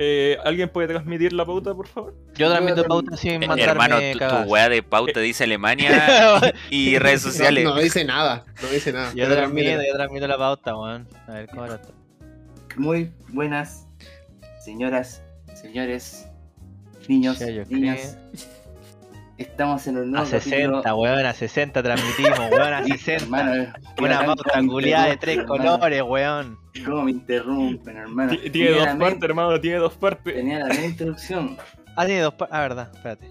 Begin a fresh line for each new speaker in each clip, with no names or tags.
Eh, ¿Alguien puede transmitir la pauta, por favor?
Yo transmito pauta sin
Eh,
mandarme
hermano, tu, tu
cagadas.
weá de pauta dice Alemania y y redes sociales.
Eh. No, no dice nada, no dice nada.
Yo
Pero
transmito,
transmite.
yo transmito la pauta, weón. A ver cómo era.
Muy buenas, señoras, señores, niños,
Ya, yo
niñas. Estamos en un
A
nuevo capítulo.
60, weón, a 60 transmitimos, weón, a
Sí,
60.
hermano,
Una
bacán
pauta
cómo me
culiada de tres
interrumpen, hermano.
colores, weón.
Cómo me interrumpen, hermano.
Ti- Tiene
Tenía
dos
la men-
partes, hermano, tiene dos partes.
Tenía la introducción.
Ah, tiene dos pa- Ah, verdad, espérate.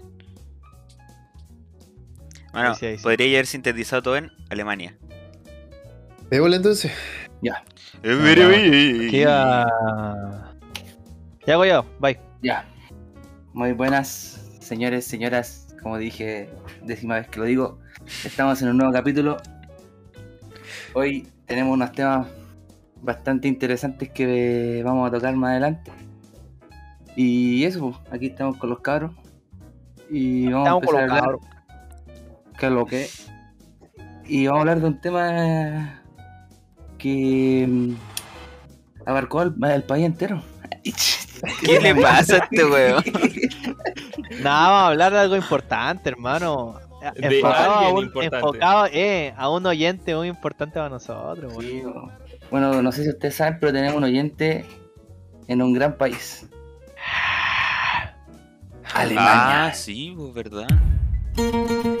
Bueno,
Sí, sí, sí.
podría haber sintetizado todo en Alemania.
Démosle entonces. Eh,
¿Qué iba? Ya hago yo, bye.
Ya. Muy buenas, señores, señoras. Como dije, décima vez que lo digo. Estamos en un nuevo capítulo. Hoy tenemos unos temas bastante interesantes que vamos a tocar más adelante. Y eso, pues, aquí estamos con los cabros. Y vamos
Estamos con
a
los
empezar a hablar. ¿Qué es lo que? es. Y vamos a hablar de un tema que mm, abarcó al, al país entero.
¿Qué le pasa a este weón?
No, vamos a hablar de algo importante, hermano. Eh,
De
Enfocado, a
alguien
un,
importante.
enfocado, eh, a un oyente muy importante para nosotros, weón.
Sí, bo. Bueno, no sé si ustedes saben, pero tenemos un oyente en un gran país. Alemania.
Ah, sí, pues, verdad.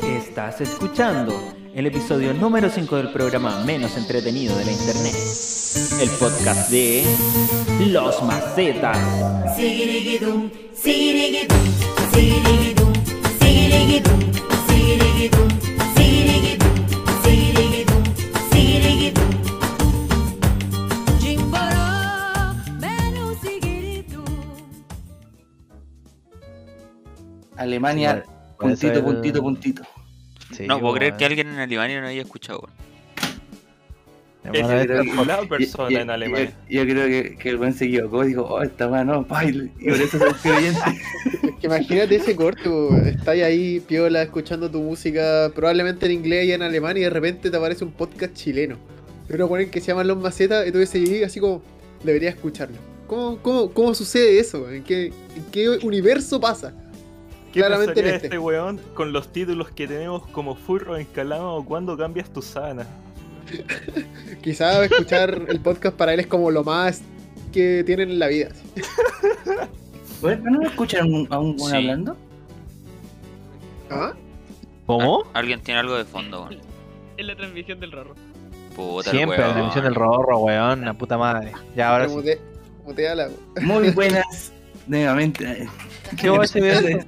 Estás escuchando el episodio número 5 del programa menos entretenido de la internet. El podcast de Los Macetas.
Sigirigidum, sigirigidum, sigirigidum, sigirigidum, sigirigidum, sigirigidum, sigirigidum, sigirigidum. Jimboró, menu sigirigidum.
Alemania,
Puede
puntito,
ser-
puntito, puntito.
Sí, pues, eh.
No puedo
weón.
creer que alguien en Alemania no haya escuchado. weón.
Hermano,
Ese
esto
creo
es
que-
por-
La persona
Yo-
en
yo-
Alemania.
Yo, creo que, que el buen se equivocó y dijo, oh, esta weá no, baile. Y por eso se oyente.
Que imagínate ese corte, po. estáis ahí piola escuchando tu música, probablemente en inglés y en alemán, y de repente te aparece un podcast chileno. Pero ponen que se llaman Los Macetas, y tú dices, "Y así como, debería escucharlo. ¿Cómo, cómo, cómo sucede eso? ¿En qué, en qué universo pasa?
¿Qué
Claramente
pasaría
en
este.
este.
weón con los títulos que tenemos como furro en Calama o cuando cambias tu sana?
este?
Quizá escuchar el podcast para él es como lo más que tienen en la vida.
Bueno, ¿no escuchan a un, a un weón
Sí.
hablando?
¿Ah?
¿Cómo?
Ah, Alguien tiene algo de fondo. weón.
Es la transmisión del rorro.
Puta, el
Siempre la
weón.
televisión del rorro, weón, la puta madre. Ya ahora
Pero
sí.
mute- muteala, po.
Muy buenas. Nuevamente.
¿Qué va ese video?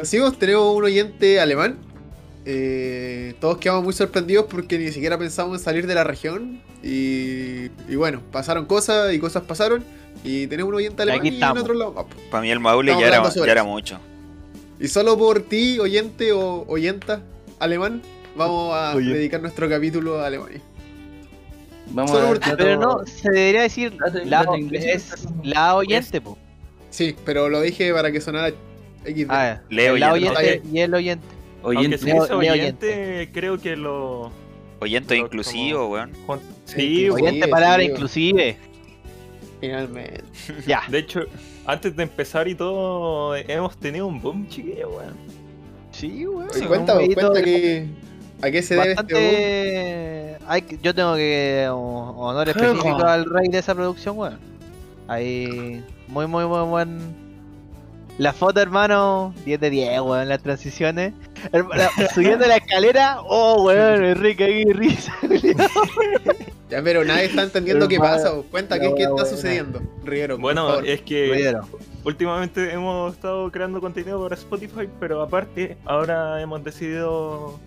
Así vos tenemos un oyente alemán. Eh, todos quedamos muy sorprendidos porque ni siquiera pensamos en salir de la región. Y, y bueno, pasaron cosas y cosas pasaron. Y tenemos un oyente alemán
aquí
y en
estamos.
otro lado. más, po.
Para mí el Maule
Estamos
ya era,
hablando sobre
ya era
eso.
mucho.
Y solo por ti, oyente o oyenta alemán, vamos a
Oye.
dedicar nuestro capítulo a Alemania.
Vamos
Solo
a ver.
por-
dato-
Pero no, se debería decir
Dato-
la,
dato inglés.
es la oyente, po.
Sí, pero lo dije para que sonara XD.
Ah,
Leo
la
oyente,
oyente y el oyente.
Aunque
Oyente.
si
Leo-
es
Leo
oyente, creo que lo.
oyente inclusivo, weón.
Juan-
Sí,
Sí,
oye.
weón.
Oyente, palabra
sí,
inclusive.
Finalmente.
Ya.
De hecho, antes de empezar y todo, hemos tenido un boom chiquillo, weón.
Sí, weón.
Oye, cuenta, vos,
un
cuenta
videito
que, a qué se debe este
Bastante. Hay que- yo tengo que. un honor
Juego.
específico al rey de esa producción, weón. Ahí. Muy, muy, muy buen. La foto, hermano, 10 de 10, weón, las transiciones. Hermano, subiendo la escalera, oh, weón, Enrique ahí, risa.
boom? Ya, pero nadie está entendiendo qué
Hermano,
pasa. vos. Cuenta
la
qué, qué
wea
está
buena.
sucediendo. Rivero, por
Bueno,
favor.
es que
Primero.
últimamente hemos estado creando contenido para Spotify, pero aparte, ahora hemos decidido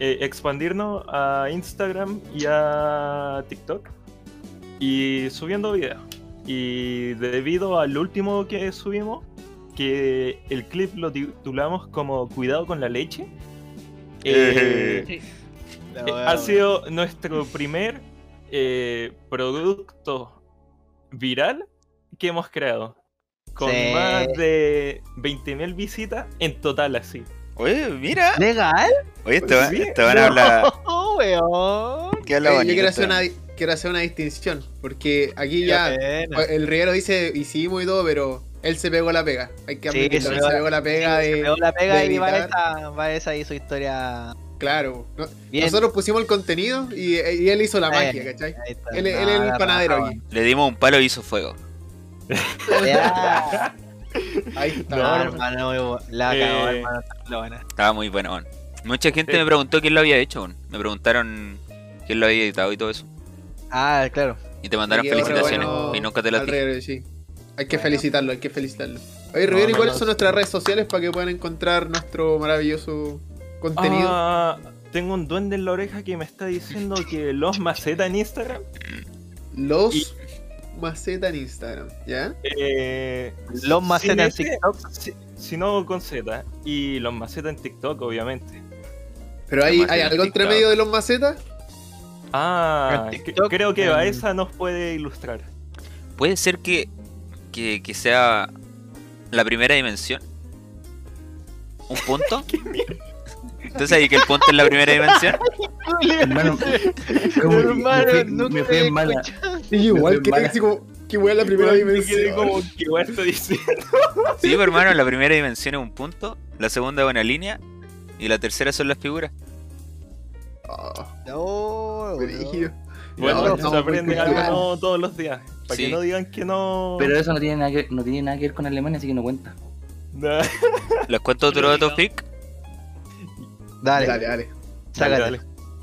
eh, expandirnos a Instagram y a TikTok y subiendo videos. Y debido al último que subimos, que el clip lo titulamos como Cuidado con la leche. eh,
Sí.
La
Eh,
wea,
ha
weón.
sido nuestro primer eh, producto viral que hemos creado. Con
Sí.
más de 20.000 visitas en total, así.
Oye, mira.
¿Legal?
Oye, te, va-
Sí.
te van a hablar.
Oh, weón.
¿Qué habla
Eh,
bonito,
yo quiero
este
hacer una,
weón.
quiero hacer una distinción, porque aquí
La
ya eh,
pena.
el Riero dice hicimos y todo, pero él se pegó la pega. Hay que
Sí,
admitirlo,
se
él
pegó
se
la-
pegó la pega
Sí,
de-
se pegó la pega y
de
va
editar.
esa, va esa hizo historia
Claro. No-
bien.
Nosotros pusimos el contenido y, y él hizo la
Eh,
magia, ¿cachai?
Ahí está.
Él,
No,
él es el
la
panadero
raja,
aquí.
Le dimos un palo y hizo fuego.
weón. Ya.
Ahí está.
No, hermano, weón, la
Eh.
cagó, hermano, está la buena.
Estaba muy bueno. weón. Mucha gente
Sí.
me preguntó quién lo había hecho. weón. Me preguntaron quién lo había editado y todo eso.
Ah, claro.
Y te mandaron
Y quedó re
felicitaciones.
bueno
Y nunca te las
al
dije.
Riero, sí. Hay que
Bueno.
felicitarlo, hay que felicitarlo. Oye, Riero, ¿y
no,
cuáles
no.
son nuestras redes sociales para que puedan encontrar nuestro maravilloso contenido?
Ah, tengo un duende en la oreja que me está diciendo que los maceta en Instagram.
Los
Y-
Maceta en Instagram, ¿ya?
Eh,
Los macetas en
ese-
TikTok.
si, si no con Z. Y los maceta en TikTok, obviamente.
Pero hay,
Los
hay
Maceta en
algo entre
TikTok.
medio de los macetas.
Ah,
En
que-
TikTok,
creo que
en-
Baeza nos puede ilustrar.
Puede ser que, que, que sea la primera dimensión. ¿Un punto? Entonces ahí que el punto es la primera dimensión.
Hermano, ¿cómo?
Hermano,
me fui,
nunca
me fui
había
en mala.
igual
Los
que
Maga-
así como que weá la primera
Weón, me quedé
dimensión.
como, ¿qué weá está diciendo?
Sí, pues, hermano, la primera dimensión es un punto, la segunda es una línea y la tercera son las figuras.
Ah,
No,
brígido.
Bueno,
no,
se
no,
aprende
porque-
algo nuevo todos los días. Para
Sí.
que no digan que no.
Pero eso no tiene, nada que, no tiene nada que ver con Alemania, así que no cuenta.
Nah.
Les cuento otro dato freak.
Dale,
Dale, dale.
sácate.
Dale,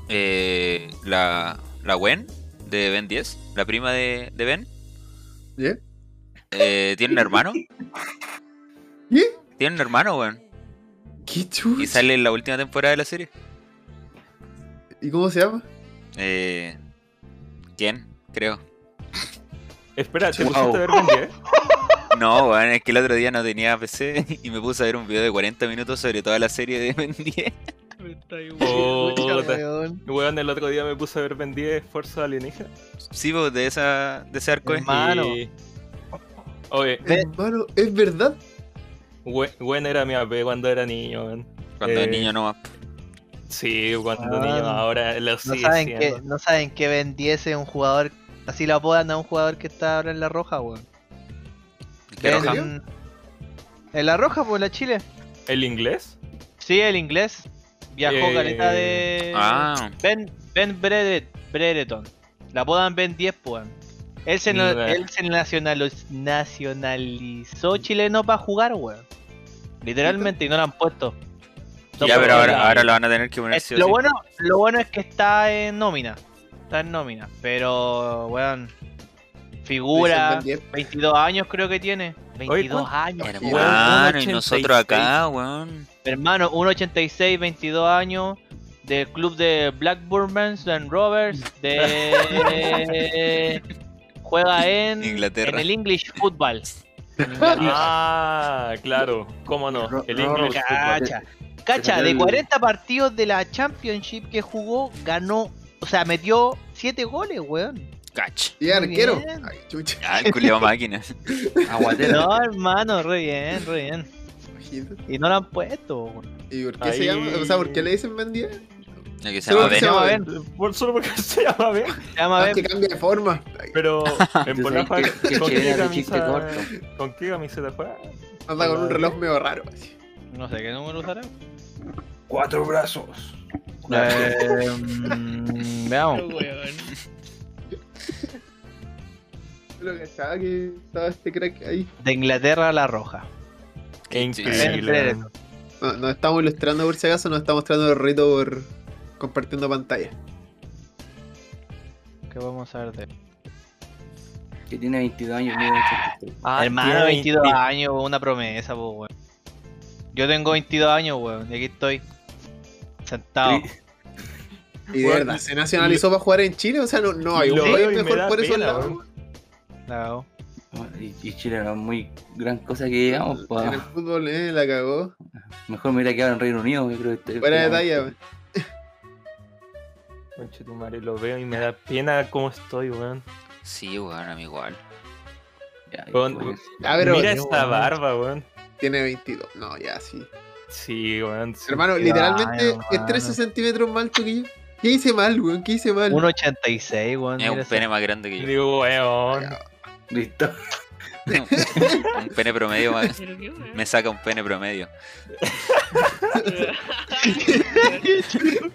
Eh, la, la Gwen de Ben 10, la prima de, de Ben,
¿Ya?
eh, tiene un hermano.
¿Qué?
Tiene un hermano, weón.
¿Qué chulo?
Y sale en la última temporada de la serie.
¿Y cómo se llama?
Eh, ¿Quién? Creo.
Espera, ¿te
Wow.
pusiste a ver ¿eh? Ben 10?
No, weón, es que el otro día no tenía PC y me puse a ver un video de 40 minutos sobre toda la serie de Ben 10.
Me está ahí,
Oh.
weón.
Puta.
weón.
Weón, el otro día me puse a ver Ben 10 Fuerza Alienígena.
Sí, pues, de, esa, de ese arco. eh.
Hermano.
Y- Oye,
Ve-
Hermano, es verdad.
we- Gwen era mi AP cuando era niño, weón.
Cuando
Eh,
el niño nomás.
Sí, cuando
Ah.
niño, ahora lo
No
sigue
saben,
siendo.
que, no saben que Ben 10 es un jugador. Así lo apodan a un jugador que está ahora en la roja, weón.
Que
Ben-
roja.
En la roja, pues la Chile.
¿El inglés?
Sí, el inglés. Viajó
Eh,
caleta de.
Ah,
Ben, ben Bredet, Brereton. La apodan Ben 10, pues. Él se, no-
Mira.
él se nacionalo- nacionalizó chileno para jugar, weón. Literalmente, y no lo han puesto. No,
ya, pero
porque
ahora,
la-
ahora lo van a tener que poner
es-
sí o
lo,
sí.
bueno, lo bueno es que está en nómina. Está en nómina. Pero, weón. Figura.
Dicen Ben
22 años creo que tiene. 22
¿cuánto?
años.
Hermano.
weón.
Hermano, y
1.86.
nosotros acá, weón.
Hermano, 1.86, 22 años, del club de Blackburn and Rovers, de... juega en,
Inglaterra.
en el English Football.
Ah, claro, cómo no.
Ro-
El
Ro-
inglés.
Cacha, cacha, de 40 partidos de la Championship que jugó, ganó, o sea, metió 7 goles, weón.
Cach.
Y arquero.
bien.
Ay, chucha.
Ah, el culiao máquina.
Aguatero.
No, hermano, re bien, re bien.
Imagínate.
Y no lo han puesto, weón.
¿Y por qué se
Ahí.
llama? O sea, ¿por qué le dicen Ben 10?
El que se
Solo
llama
que se
Ben.
llama Ben.
Por solo porque se llama Ben.
Se llama
Ah, que
Ben,
cambia de forma. Ay,
Pero en
Yo
Polafa,
sé que- que
¿con qué
chévere de chiste corto.
camisa? ¿Con qué camiseta juega?
Anda con un reloj medio raro. así.
no sé qué número usará.
Cuatro brazos.
Eh, mm, veamos.
Weón.
Yo lo cachaba que estaba este crack ahí.
De Inglaterra a la roja.
Qué
Sí,
increíble.
sí.
No, nos estamos ilustrando por si acaso, nos estamos mostrando el reto por compartiendo pantalla.
¿Qué vamos a ver de
Que tiene 22 años. mide 83.
Ah,
Hermano,
tiene
22 años, una promesa, po, weón. Yo tengo 22 años, weón, y aquí estoy. Sentado.
Y de
Bueno,
verdad, ¿se nacionalizó para jugar en Chile? O sea, no, no hay un
Lo
país
veo y me
mejor
da
por eso.
pena,
lados.
weón.
Cagao.
Y, y Chile no es muy gran cosa que digamos. po.
En el fútbol, eh, la cagó.
Mejor me hubiera quedado en Reino Unido. Yo creo este que
Fuera de talla, pues. weón.
Conche tu madre, lo veo y me da pena cómo estoy, weón.
Sí, weón, a mí igual.
Ya, y
Con-
pues,
Ah, pero
Mira
no,
esa
weón.
barba, weón.
tiene 22. No, ya, sí.
Sí, weón. sí.
Hermano,
Ay,
literalmente
hermano.
es 13 centímetros más alto que yo. ¿Qué hice mal, weón? ¿Qué hice mal?
1.86, weón.
Es
mira
un
esa-
pene más grande que yo.
Digo, weón.
Listo.
Un pene promedio más-
¿Pero qué, weón? Ah,
Me saca un pene promedio.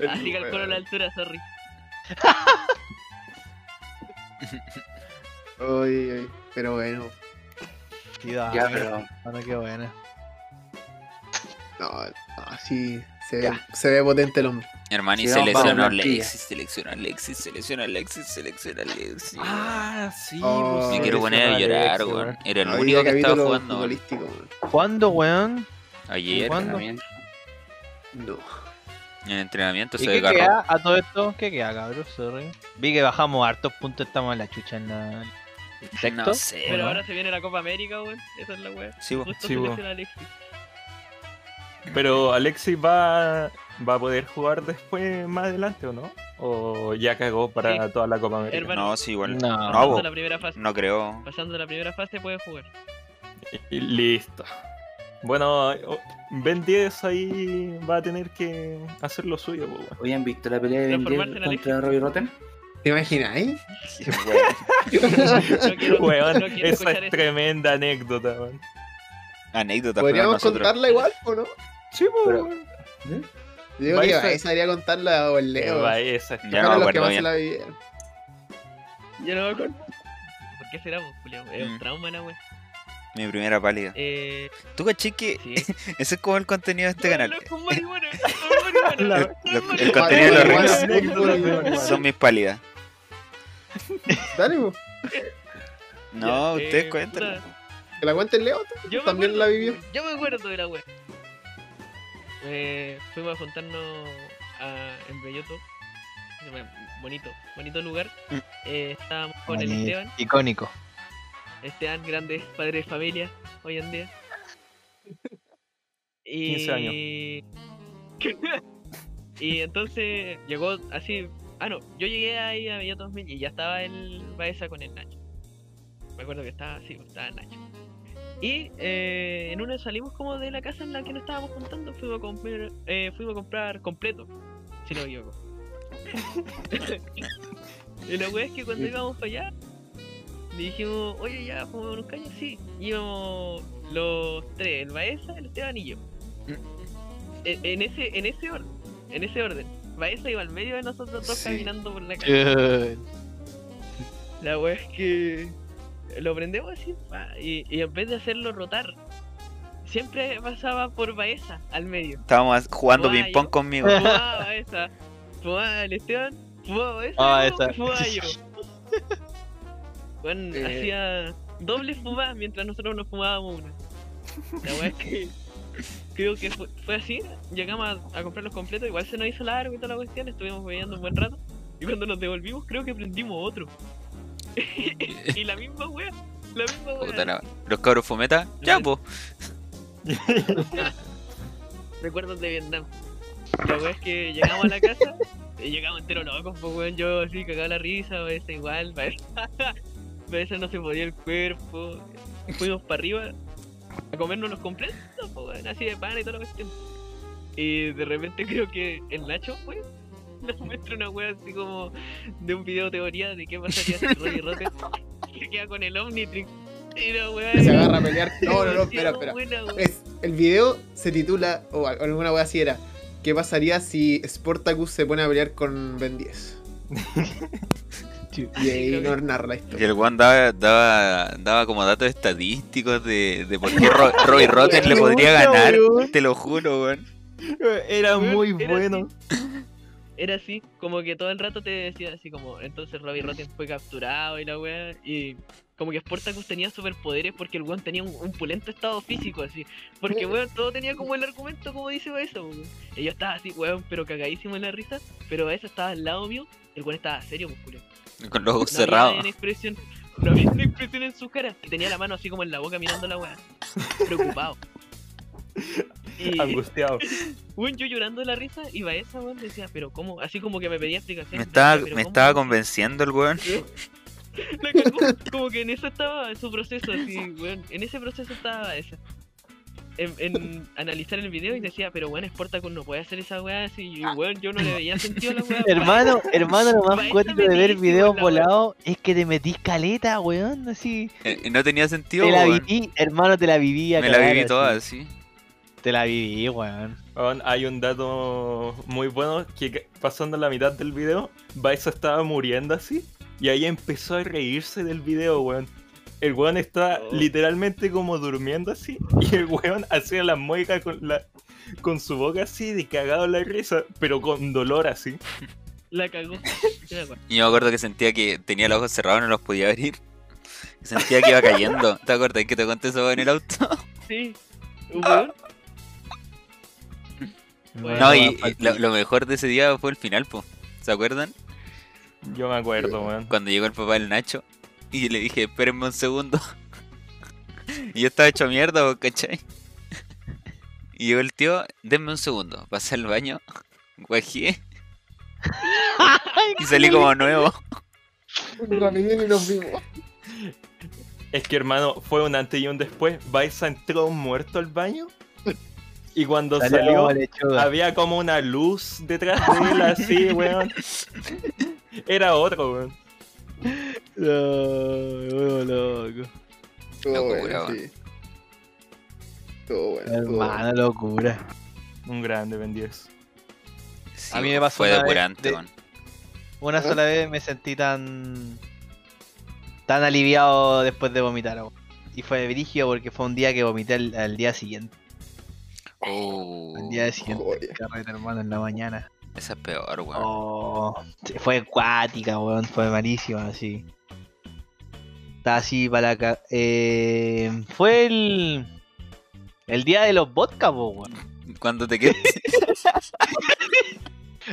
Así calculo la altura, sorry.
Ay, ay, pero bueno.
Cuidado,
Ya, pero.
Bueno, qué buena.
No, no, sí. Se ve, se ve potente el hombre.
Hermano, y
Sí, vamos,
selecciona
vamos,
Alexis, selecciona Alexis, selecciona Alexis, selecciona Alexis.
Ah, sí.
Oh,
pues,
Me
sí,
quiero
sí,
poner a
Alex,
llorar,
weón.
weón. Era el
Hoy
único
día
que estaba
capítulo
jugando weón.
futbolístico, weón.
¿Cuándo, weón?
ayer
¿Cuándo?
También.
No.
en entrenamiento.
¿Y
Se
qué
desgarró.
queda a todo esto? ¿Qué queda, cabros? Sorry. Vi que bajamos hartos puntos, estamos en la chucha en la...
No sé,
Pero
weón.
ahora se viene la Copa América, weón. Esa es la weá.
Sí, weón.
Justo
Sí, weón.
selecciona a Alexis.
Pero Alexis va, va a poder jugar después, más adelante, ¿o no? O ya cagó para toda la Copa América.
Hermano.
No, sí, igual.
No.
No,
Pasando
bo.
la primera fase.
no creo.
Pasando la primera fase puede jugar.
Y listo. Bueno, o- Ben 10 ahí va a tener que hacer lo suyo, pues, weón.
Hoy han visto la pelea de Ben
Transformarse
10
en
contra Robbie Rotten.
¿Te imagináis?
No quiero,
Weón,
no
esa
quiero escuchar
es
eso.
tremenda anécdota, weón.
Anécdota. fueron
Podríamos
nosotros.
contarla igual, ¿o no?
Sí, pues,
Pero-
weón.
Yo digo
Baeza.
que Baeza debería contarla o el
Eh,
Leo.
va, esa es
Ya.
Tocaron
no me
los que
acuerdo
más
bien.
se la vivieron.
Yo no me acuerdo. ¿Por qué será, pues, Julián? Es un
Mm.
trauma, la weón.
Mi primera pálida.
Eh.
¿Tú caché que
Sí.
ese es como el contenido de este canal?
No, no, es un marihuana, es un marihuana,
La-
es un
lo-
marihuana.
el contenido de los
Vale,
reels
vale,
Anécdotas de-
vale, vale.
son mis pálidas.
Dale, pues. po.
No,
Ya,
ustedes
eh,
cuentan.
que la cuente el Leo. tú.
Yo me
También
acuerdo,
la vivió.
Yo me acuerdo de la wea. Eh, fuimos a juntarnos a, en Belloto. Se llama- Bonito, bonito lugar.
Mm.
Eh, estábamos con el
Ahí,
Esteban.
Icónico.
Esteban, grande padre de familia hoy en día. Y...
15 años.
y entonces llegó así. Ah, no, yo llegué ahí a Belloto 2000 y ya estaba el Baeza con el Nacho. Me acuerdo que estaba así, estaba Nacho. Y eh, en una salimos como de la casa en la que nos estábamos juntando, fuimos a comprar, eh, fuimos a comprar completo, si no me equivoco. y la wea es que
Eh.
cuando íbamos para allá, le dijimos, oye, ya fumamos unos caños, sí. Y íbamos los tres, el Baeza, el Esteban y yo.
Mm.
E- En ese, en ese orden, en ese orden. Baeza iba al medio de nosotros dos
Sí.
caminando por la calle.
Eh,
La wea es que lo prendemos así, pa, y, y en vez de hacerlo rotar, siempre pasaba por Baeza al medio.
Estábamos jugando
Guayo.
ping-pong conmigo.
Fumaba Baeza, fumaba el Esteban, fumaba Baeza,
Ah,
y
esa.
fumaba yo. Bueno,
Eh.
hacía doble fumada mientras nosotros nos fumábamos una. La weá es que creo que fue, fue así. Llegamos a, a comprar los completos, igual se nos hizo largo y toda la cuestión, estuvimos bebiendo un buen rato. Y cuando nos devolvimos, creo que prendimos otro. y la misma wea, la misma wea.
Puta la- Los cabros fumeta. Ya, po.
recuerdos de Vietnam. La wea es que llegamos a la casa y llegamos enteros locos, pues weón, yo así cagaba la risa, a veces igual, a veces- a veces no se podía el cuerpo. Fuimos para arriba a comernos los completos, pues weón, así de pan y toda la cuestión. Y de repente creo que el Nacho, pues, nos muestra una wea así como de un video teoría de qué pasaría si Roger Rocket se queda con el Omnitrix. Y la wea
Se
es
agarra a pelear. No, no, no, espera,
demasiado
espera.
buena, weón.
Es, el video se titula, o al- alguna wea así era, ¿qué pasaría si Sportacus se pone a pelear con Ben 10? y ahí nos narra la
Y
historia.
el Juan daba, daba, daba como datos estadísticos de, de por qué Ro- Roy Rotten le podría ganar. Te lo juro, weón.
Era
Weón,
muy
era
bueno.
era así, como que todo el rato te decía así como, entonces Robbie Rotten fue capturado y la weá, y como que Sportacus tenía superpoderes porque el weón tenía un, un pulento estado físico así, porque weón todo tenía como el argumento como dice eso, weón. Y yo estaba así, weón, pero cagadísimo en la risa, pero eso estaba al lado mío, el weón estaba serio, pues, culiao.
Con los ojos
No este había
cerrados.
una expresión, no había una expresión en su cara, y tenía la mano así como en la boca mirando la weá, preocupado. Y-
Angustiado.
Weón, yo llorando de la risa y Baeza, weón, decía, pero cómo, así como que me pedía explicaciones.
Me estaba,
decía, "Pero
me
cómo
estaba
no".
convenciendo el weón.
La cagó, como que en eso estaba en su proceso, así, weón. En ese proceso estaba Baeza. en, en analizar el video y decía, pero bueno, Sportacus no puede hacer esa weá así.
Ah.
Y weón, yo no le veía sentido a la weá.
Hermano, hermano, lo
Pa'
más
eso
cuático
me
de ver
metí,
videos
weón, la weá.
volados es que te metís caleta, weón, así.
Eh, No tenía sentido,
Te la
weón.
viví, hermano, te la viví a
Me la
cagar,
viví
así.
toda, sí.
Te la viví, weón.
Weón, hay un dato muy bueno que ca- pasando la mitad del video, Baiza estaba muriendo así y ahí empezó a reírse del video, weón. El weón está
Oh.
literalmente como durmiendo así y el weón hacía la mueca con la con su boca así de cagado en la risa, pero con dolor así.
La cagó. Yo me acuerdo.
Y yo me acuerdo que sentía que tenía los ojos cerrados, no los podía abrir. Sentía que iba cayendo. ¿Te acuerdas que te conté eso en el auto?
Sí. Un weón. Bueno,
No, y y lo, lo mejor de ese día fue el final, po. ¿Se acuerdan?
Yo me acuerdo, weón.
Cuando llegó el papá del Nacho y le dije, espérenme un segundo. y yo estaba hecho mierda, po, ¿cachai? Y llegó el tío, denme un segundo. Pasé al baño, guajié y salí como nuevo.
Ramírez y nos vimos.
Es que hermano, fue un antes y un después. Baiza entró muerto al baño y cuando
Salió
salió
como lechuga.
Había como una luz detrás de él, así, weón. Era otro, weón.
No, huevo loco.
Todo
Locura,
bueno,
weón.
sí. Todo bueno. todo bueno.
Hermano, locura.
Un grande, Ben 10.
Sí,
A mí me
weón,
pasó
Fue
una vez
depurante,
de-
weón.
Una
¿Ah?
sola vez me sentí tan. tan aliviado después de vomitar. weón. Y fue brígido porque fue un día que vomité al, al día siguiente. Al
Oh,
día siguiente.
joder.
Carrete, hermano, en la mañana.
esa es peor, weón.
Oh, sí, fue acuática, weón. Fue malísima, así. Estaba así para acá. Eh, fue el. El día de los vodka, po, weón.
Cuando te quedas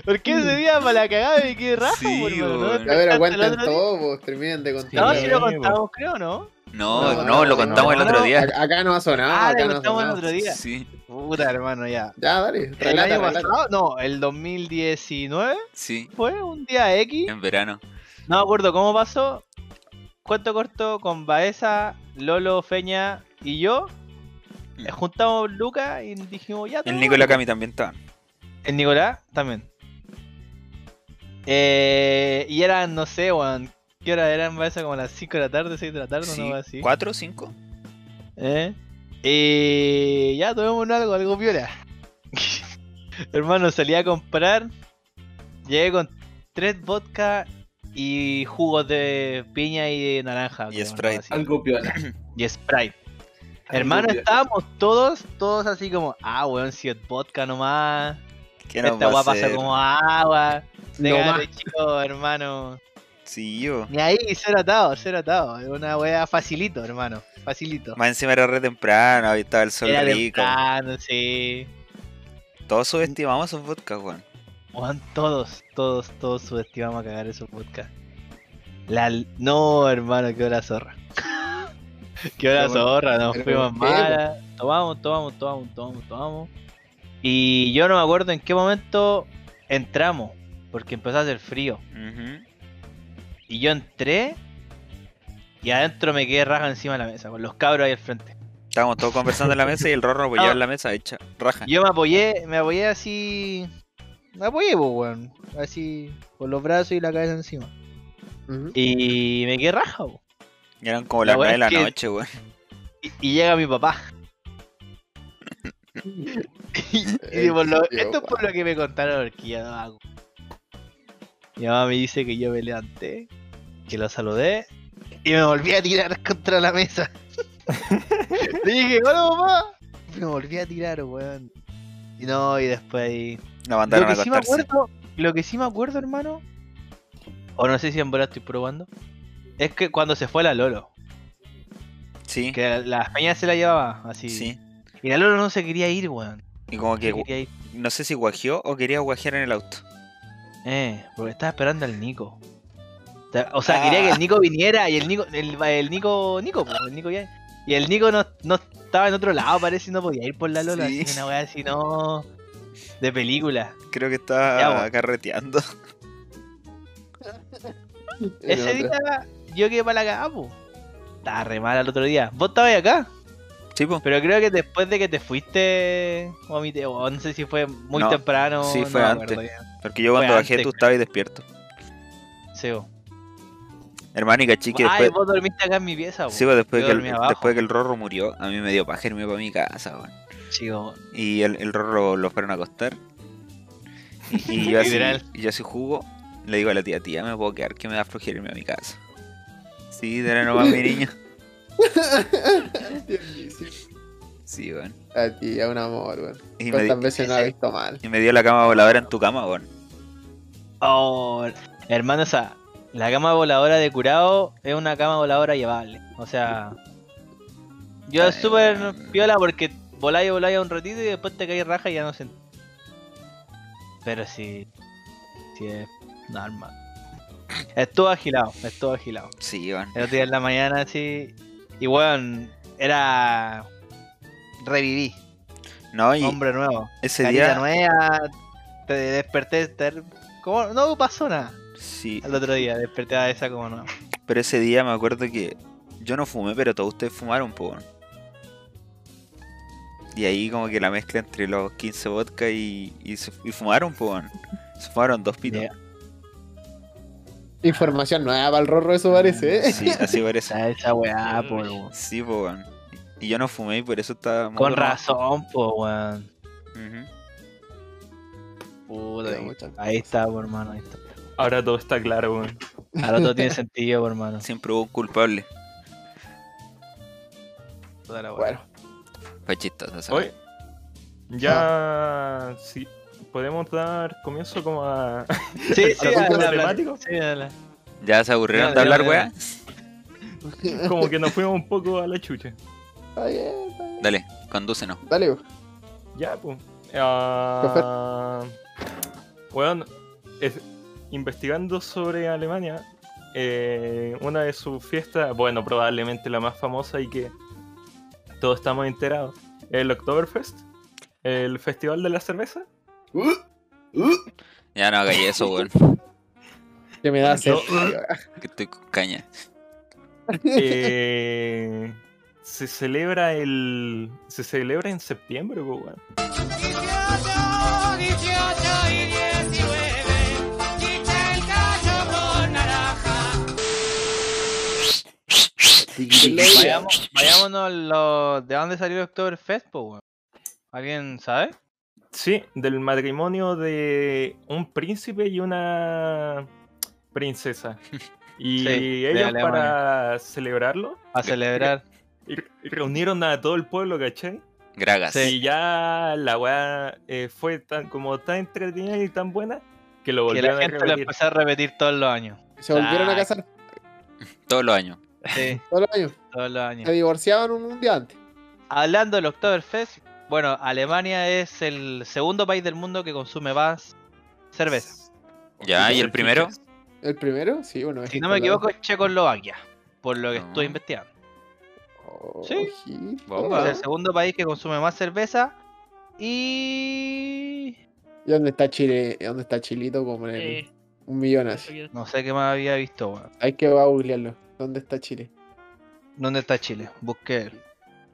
Porque ese día para la cagada me quedé rajo,
Sí,
po, hermano. ¿no?
weón.
A ver,
El
aguanten
otro
todo, vos. Terminen de
día- No,
contar.
si lo contamos, creo, ¿no?
No,
No,
no,
no,
lo contamos
no,
el otro
no.
día.
Acá acá no ha sonado.
Ah,
acá
lo
no ha
contamos el
sonado.
otro día.
Sí,
Puta, hermano, ya.
Ya, dale.
el
Relata,
año
relata.
pasado, no, el 2019
sí,
fue un día X.
en verano.
No me acuerdo cómo pasó. Cuento corto con Baeza, Lolo, Feña y yo.
Mm.
eh, Juntamos Lucas y dijimos ya.
El
todo.
Nicolás Cami también estaba.
El Nicolás también. Eh, y eran, no sé, weón. ¿Qué hora eran Baeza? Como las 5 de la tarde, 6 de la tarde,
Sí,
no así.
¿Cuatro, cinco?
¿Eh? Y ya tomemos algo, algo viola. Hermano, salí a comprar. Llegué con tres vodka y jugos de piña y de naranja.
Y
creo,
Sprite.
¿no? Así.
Algo piola.
Y Sprite.
Algo
Hermano,
piola.
estábamos todos, todos así como, ah, weón, si es vodka nomás.
¿Qué nos
Esta
va a
weá pasa
hacer?
como agua.
Nomás.
Déjate, chico, hermano.
Sí, yo.
Ni ahí, cero atado, cero atado. Es una wea facilito, hermano. Facilito.
Más encima era re temprano, ahí estaba el sol
Era
rico.
temprano, sí.
Todos subestimamos esos vodka, weón.
Juan, todos, todos, todos subestimamos a cagar esos podcast. La... No, hermano, qué hora zorra. qué hora
Pero bueno,
zorra, nos
pero
fuimos
¿por qué, po?
malas. Tomamos, tomamos, tomamos, tomamos, tomamos. Y yo no me acuerdo en qué momento entramos, porque empezó a hacer frío.
Ujú.
Y yo entré y adentro me quedé raja encima de la mesa, con los cabros ahí al frente.
Estábamos todos conversando en la mesa y el rorro apoyaba en la mesa hecha raja.
Ah. Yo me apoyé, me apoyé así. Me apoyé, pues, weón. Así, con los brazos y la cabeza encima.
Ujú.
Y me quedé raja, po.
Y eran como
La
las
weá
nueve de la
es que-
noche, weón.
Y, y llega mi papá. y, y por lo-
Dios,
esto es por lo que me contaron que yo no hago. Mi mamá me dice que yo me levanté, que lo saludé y me volví a tirar contra la mesa. Le dije, hola papá. Me volví a tirar, weón. Y no, y después ahí. Lo
La mandaron
que
a
sí me
acostarse.
acuerdo, lo que sí me acuerdo, hermano, o no sé si en verdad estoy probando, es que cuando se fue la Lolo,
Sí,
que la Peña se la llevaba así.
sí.
Y la Lolo no se quería ir, weón.
Y como
No se
que
quería ir.
no sé si guajeó o quería guajear en el auto.
Eh, porque estaba esperando al Nico. Ta- O sea,
Ah.
quería que el Nico viniera y el Nico, el, el Nico, Nico, pues, el Nico ya. Y el Nico no, no estaba en otro lado, parece, y no podía ir por la Lola.
Sí.
Así una weá así, no. De película.
Creo que
Ya,
estaba
weón.
carreteando.
Era
Ese
otra.
día yo quedé para la cagada, po. Estaba re mal al otro día. ¿Vos estabais acá?
Sí, po.
Pero creo que después de que te fuiste, vomité, o no sé si fue muy
No,
temprano.
sí,
no
fue
me
antes.
acuerdo bien.
Porque yo
Fue
cuando bajé
antes,
tú
creo.
estabas ahí despierto.
Sí, bo.
Hermano, y caché que
Ay,
después.
vos dormiste acá en mi pieza, bo.
Sí, pues después,
yo
que el,
dormía abajo.
después que el Rorro murió, a mí me dio paja irme para mi casa, weón.
Sí, bo.
Y el, el Rorro lo fueron a acostar. Y, y yo, así,
Literal.
y yo así jugo, le digo a la tía, tía, me puedo quedar que me da flojera irme a mi casa. Sí, de la nomás mi niño. Sí, weón.
A ti, a un amor, weón.
Y me,
¿Cuántas
di-
veces no ha visto mal?
y me dio la cama voladora en tu cama, weón.
Oh, hermano, o sea, la cama voladora de curado es una cama voladora llevable. O sea, yo
Ay,
es súper
weón.
piola porque voláis, voláis un ratito y después te caes raja y ya no se. Pero sí, sí es normal. Estuvo agilado, estuvo agilado.
Sí, weón.
El otro día en la mañana, así. Y weón, era. Reviví,
No, y
hombre nuevo.
ese
Carita
día.
nueva, te desperté. Te... ¿Cómo? No pasó nada.
Sí,
Al otro día, desperté a esa como nueva.
pero ese día me acuerdo que yo no fumé, pero todos ustedes fumaron, po. weón. Y ahí como que la mezcla entre los 15 vodka y, y, se- y fumaron, po. weón. Se fumaron dos pitos.
Ya.
Información nueva para el rorro, eso parece, ¿eh?
Sí, así parece.
Esa, esa weá, po,
Uy.
weón.
Sí, po, weón. Y yo no fumé y por eso estaba... muy
Con
drogado.
razón, po, weón.
Ujú.
Puta, ah,
Pero
ahí-
muchas
ahí está, po, hermano. Ahí está.
Ahora todo está claro, weón.
Ahora todo tiene sentido, po, hermano.
Siempre hubo un culpable.
Toda la weá.
Bueno,
Fue chistoso, esa
Oye,
Ah.
ya sí, podemos dar comienzo como a...
Sí, sí,
¿Algún
dale,
tema
dale.
temático?
Sí, dale.
weá. ¿Ya se
Ya,
aburrieron de
ya,
hablar,
ya.
weá?
como que nos fuimos un poco a la chucha.
está bien, está bien.
Dale, condúcenos.
Dale, weón.
Ya, pues. Ah, weón, es- investigando sobre Alemania, eh, una de sus fiestas, bueno, probablemente la más famosa y que todos estamos enterados, el Oktoberfest, el Festival de la Cerveza.
Ya no hagáis eso, weón.
que me da sed.
No.
Ay, weón.
Que estoy con caña.
Eh, se celebra el. Se celebra en septiembre, po, weón.
Vayamos- vayámonos los... ¿De dónde salió el Oktoberfest, po, weón? ¿Alguien sabe?
Sí, del matrimonio de un príncipe y una princesa. Y
Sí, de
ellos
Alemania.
para celebrarlo
A celebrar.
re- reunieron a todo el pueblo, ¿cachai?
Gragas.
Sí.
Y ya la weá eh, fue tan, como tan entretenida y tan buena que lo
Que la
volvieron a
gente lo
repetir.
empezó a repetir todos los años.
Se volvieron a
Ah.
casar
Todos los años.
Sí,
todos los años.
todos los años.
Se divorciaban un, un día antes.
Hablando del Oktoberfest, bueno, Alemania es el segundo país del mundo que consume más cerveza.
Ya, ¿y el primero?
¿El primero? Sí, bueno.
Si no me equivoco, es Checoslovaquia, por lo que
Ah.
estoy investigando. Sí.
sí.
Bomba.
Es el segundo país que consume más cerveza y...
¿Y dónde está Chile? ¿Dónde está Chilito? Como en el-
Eh,
un millón
eso
así.
quiero-
No sé qué más había visto, weón.
Hay que va a googlearlo. ¿Dónde está Chile?
¿Dónde está Chile? Busqué.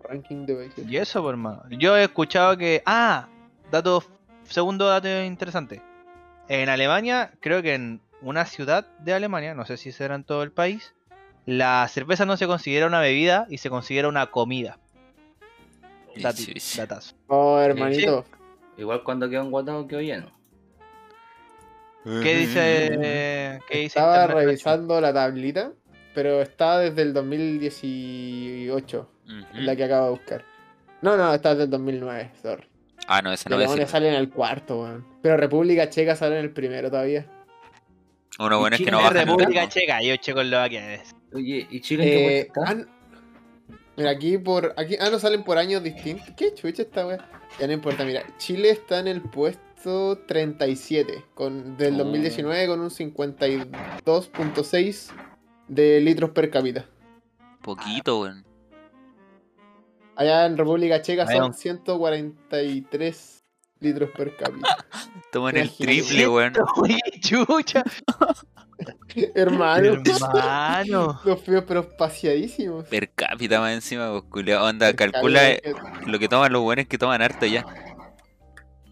Ranking de países.
Y eso, por hermano. Yo he escuchado que... Ah, dato... Segundo dato interesante. En Alemania, creo que en una ciudad de Alemania, no sé si será en todo el país, la cerveza no se considera una bebida y se considera una comida.
Sí,
Dati-
sí, sí.
datazo.
No, hermanito.
Igual cuando quedó un guatado quedó lleno.
¿Qué dice, eh, ¿qué dice
Estaba
Internet?
revisando la tablita, pero está desde el 2018,
Ujú.
la que acabo de buscar. No, no, está desde el 2009, sorry.
Ah, no, esa
Y
no es.
Alemania
cierta.
sale en el cuarto, weón. Pero República Checa sale en el primero todavía.
Uno bueno es que no
Chile,
bajan el
República
ritmo.
Checa, yo Checoslovaquia es.
Oye, ¿y Chile en
Eh,
qué puesto
ah,
está?
no- mira, aquí por. Aquí, ah, no salen por años distintos. ¿Qué chucha esta weá? Ya no importa, mira. Chile está en el puesto 37 con, del
Oh.
2019 con un 52.6 de litros per cápita.
Poquito, weón.
Allá en República Checa
Weón.
son 143 litros por cápita.
Toman el
Imagínate.
triple, weón.
Oye, chucha.
Hermano,
Hermano.
los feos pero espaciadísimos.
Per cápita más encima, pues, culiao. Onda,
Per
calcula eh,
cápita.
lo que toman los buenos que toman harto ya.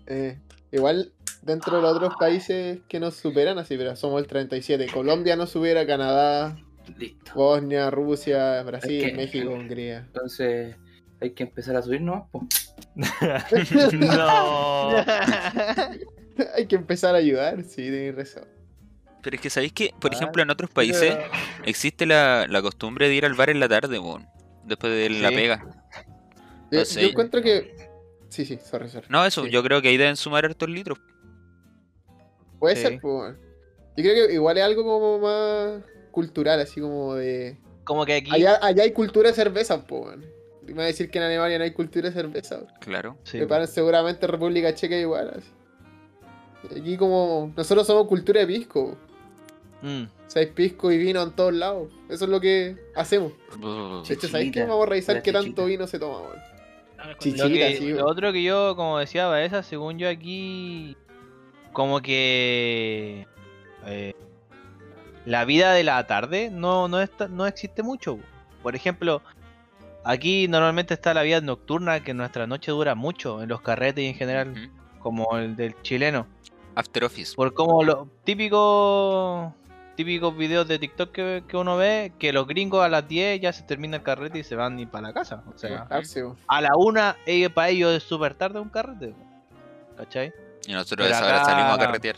Eh, igual dentro de los otros países que nos superan, así, pero somos el 37. Colombia nos supera, Canadá,
Listo.
Bosnia, Rusia, Brasil,
Es que-
México, Hungría.
Entonces, hay que empezar a subir, pues. ¿no?
no.
Hay que empezar a ayudar, sí, tenéis razón.
Pero es que sabéis que, por
Ah,
ejemplo, en otros países
eh,
existe la, la costumbre de ir al bar en la tarde, weón. Después de la
Sí.
pega.
Yo,
no
yo
sé.
encuentro que. Sí, sí, sorry, sorry.
No, eso,
Sí.
yo creo que ahí deben sumar hartos litros.
Puede
Sí.
ser, pues. bueno. Yo creo que igual es algo como más cultural, así como de.
Como que aquí.
Allá, allá hay cultura de cerveza, po, weón. Y Me va a decir que en Alemania no hay cultura de cerveza. weón.
Claro.
Sí,
Preparan seguramente en República Checa igual. así. Aquí como... Nosotros somos cultura de pisco. weón.
mm.
O sea, hay pisco y vino en todos lados. Eso es lo que hacemos. De hecho, ¿sabéis qué?
Chichita,
Vamos a revisar
la
qué
chichita.
tanto vino se toma, weón.
A ver,
Lo,
Chichi.
cuando-
Chiquita,
que-
sí,
lo
güey.
otro que yo, como decía Baeza, según yo aquí, como que eh, la vida de la tarde no, no, está, no existe mucho. Por ejemplo, aquí normalmente está la vida nocturna, que nuestra noche dura mucho en los carretes y en general,
Ujú.
como el del chileno.
After Office.
Por como los típicos típicos videos de TikTok que, que uno ve, que los gringos a las 10 ya se termina el carrete y se van y para la casa. O sea,
Relajarse, weón.
a la una, ellos, para ellos es súper tarde un carrete. ¿Cachai?
Y nosotros a
Pero
esa hora
acá-
salimos a carretear.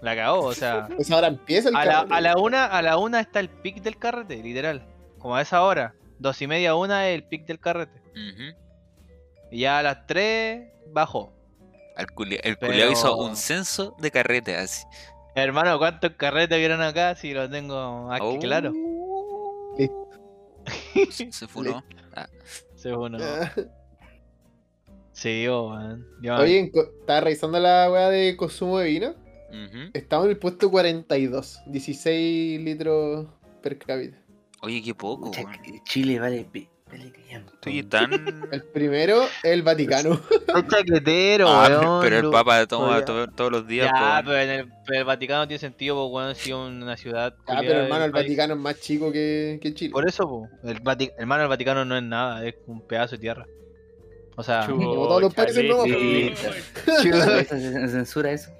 La cagó, o sea.
Pues ahora empieza el
A la,
carrete.
a la una, a la una está el pic del carrete, literal. Como a esa hora. Dos y media, una es el pic del carrete.
Ujú.
Y ya a las tres, bajó.
Al culi- el
Pero-
culiao hizo un censo de carrete así.
Hermano, ¿cuántos carretes vieron acá? Si lo tengo aquí,
Oh.
Ah, claro.
Se- Se funó.
Sí, uno. Sí, yo, weón. Yo-
Oye, en co- estaba revisando la weá de consumo de vino.
Ujú.
Estamos en el puesto 42. 16 litros per cápita.
Oye, qué poco,
Oh,
Pucha,
weón.
que Chile, vale, pi- vale, que ya.
Estoy tan.
El primero es el Vaticano.
Es Este chaquetero,
Ah,
weón,
pero el
lo-
Papa toma
todavía-
to- todos los días.
Ya,
po, weón.
pero en el, pero el Vaticano tiene sentido, pues, weón, si una ciudad.
Ah,
culiada
pero hermano,
del
el
país.
Vaticano es más chico que, que Chile.
Por eso, po. El Vati- hermano, el Vaticano no es nada, es un pedazo de tierra. O sea,
Chu-
Como todos los países
Chale.
nuevos.
Sí,
hermano,
¿Eso se- se censura eso?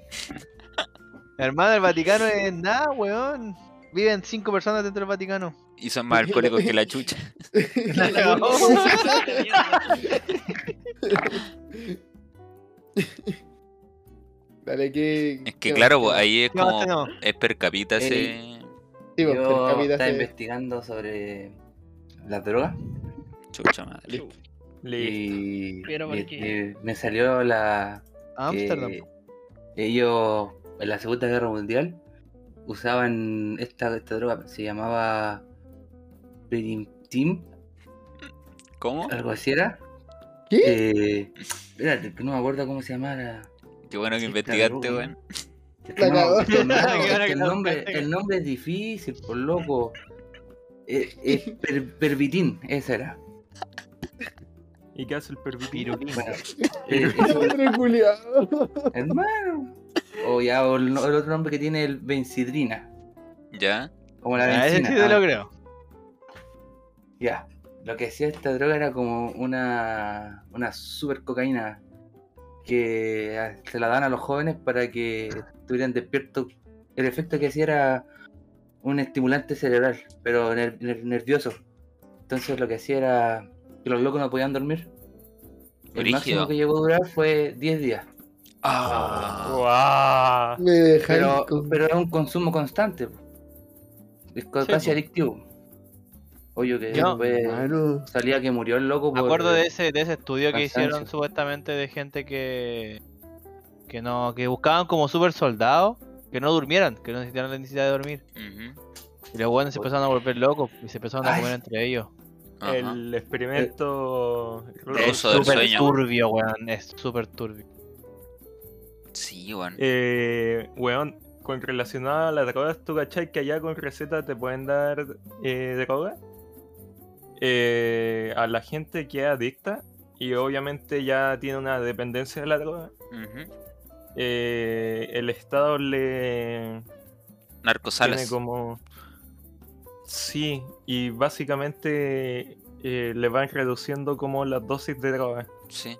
el Vaticano es nada, weón. Viven cinco personas dentro del Vaticano.
Y son más alcohólicos que la chucha.
La- la- la mierda.
Dale, que.
Es que claro, po, ahí es
¿Qué más
como.
tenemos?
Es per cápita
Ey.
ese.
Sí, pues, per
Yo
cápita
estaba
se-
investigando sobre las drogas
Chucha madre.
Listo.
Listo.
y,
Pero ¿por
y-
qué?
y me salió la que
Ámsterdam.
ellos en la Segunda Guerra Mundial usaban esta, esta droga, se llamaba Pirintim,
¿Cómo?
algo así era.
¿Qué?
Eh, espérate, que no me acuerdo cómo se llamaba la-
Qué bueno que
Sí, está
investigaste,
duro,
weón.
Es
La
que no-
cagó.
es que no,
La
es
cagó,
que el
la
nombre,
cagó.
el nombre es difícil, por loco. Es, es per- pervitin, esa era.
¿Y qué hace el pervitido?
Pirulín.
Bueno, eh, eso-
Otro culiao.
hermano. O ya, o el, no- el otro nombre que tiene el bencidrina.
Ya.
Como la
Ah, Ese
benzina.
sí te
ah,
lo creo.
ya. Lo que hacía esta droga era como una, una super cocaína que ah, se la dan a los jóvenes para que estuvieran despiertos. El efecto que hacía era un estimulante cerebral, pero ner- ner- nervioso. Entonces lo que hacía era que los locos no podían dormir. El
Brígido.
máximo que llegó a durar fue 10 días.
Ah.
Guau.
Me dejáis
Pero,
con-
pero era un consumo constante. po. Es co-
Sí,
casi
po.
adictivo. Oye, que
Yo-
después
Hermano.
salía que murió el loco.
Me
por-
acuerdo de ese, de ese estudio que
cansancio.
hicieron supuestamente de gente que. que no. que buscaban como super soldados que no durmieran, que no necesitaran la necesidad de dormir.
Ujú.
Y los buenos se empezaron a volver locos y se empezaron a
Ay.
comer entre ellos.
Ajá.
El experimento
Eh,
Es
ruso.
Todo el
Súper
sueño.
turbio, weón. Es súper turbio.
Sí, weón.
Eh, weón, con relacionado a las drogas, ¿tú cachai que allá con receta te pueden dar eh, droga? Eh, a la gente que es adicta y obviamente ya tiene una dependencia de la droga,
Ujú.
eh, el Estado le tiene
Narcosalas.
como... Sí, y básicamente eh, le van reduciendo como las dosis de droga.
Sí.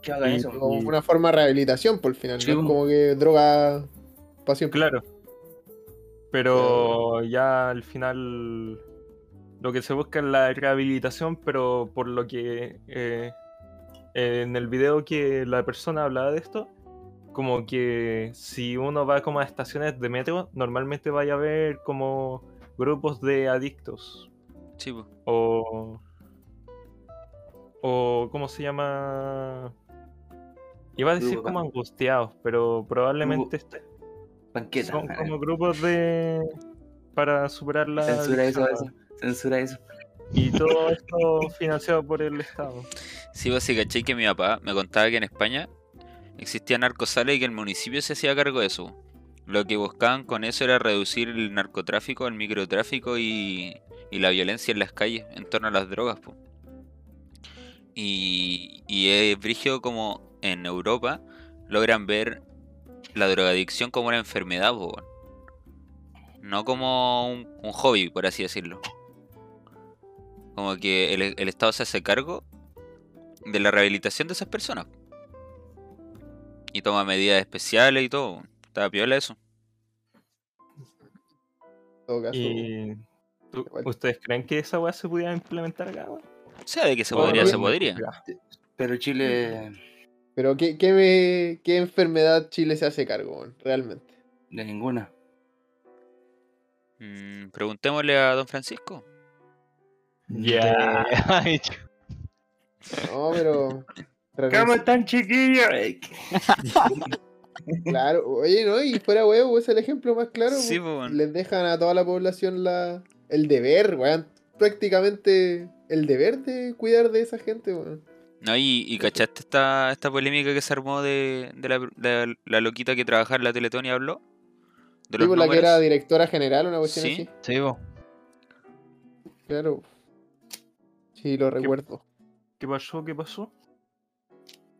¿Qué hagan
Y-
eso?
Como una forma de rehabilitación, por el final.
Sí,
no es
un-
como que droga para siempre.
Claro. Pero ya al final lo que se busca es la rehabilitación, pero por lo que eh, en el video que la persona hablaba de esto, como que si uno va como a estaciones de metro, normalmente vaya a ver como grupos de adictos
Sí, po.
o o cómo se llama iba a decir
Grupo,
como angustiados pero probablemente este-
Banqueta.
son como grupos de para superar la
Censura eso,
adicción,
eso. Censura eso.
y todo esto financiado por el estado
Sí, vos sí, caché que mi papá me contaba que en España existía narcosales y que el municipio se hacía cargo de eso. Lo que buscaban con eso era reducir el narcotráfico, el microtráfico y, y la violencia en las calles en torno a las drogas. po. Y, y es brígido como en Europa logran ver la drogadicción como una enfermedad, po, weón. no como un, un hobby, por así decirlo. Como que el- el Estado se hace cargo de la rehabilitación de esas personas. Y toma medidas especiales y todo. Estaba piola eso.
En todo caso.
y ¿tú-
Igual.
ustedes creen que esa weá se pudiera implementar acá weón?
O sea, de que se
Bueno,
podría, se
bien,
podría.
Pero Chile,
Pero ¿qué, qué, me- qué enfermedad Chile se hace cargo, weón? realmente?
de ninguna.
Mm, preguntémosle a don Francisco.
Ya.
Ay,
No, pero...
¿Cómo están, chiquillos? Ay, qué-
Claro, oye, ¿no? Y fuera huevo, es el ejemplo más claro. pues.
Sí,
po.
po, weón.
Les dejan a toda la población la... el deber, weón. Prácticamente el deber de cuidar de esa gente, weón.
No, y, y cachaste esta, esta polémica que se armó de, de la, de la loquita que trabajaba en la Teletón y habló. De los
Tipo la que
números.
era directora general, una cuestión
Sí.
así.
sí, po.
Claro. Sí, lo recuerdo.
qué pasó qué pasó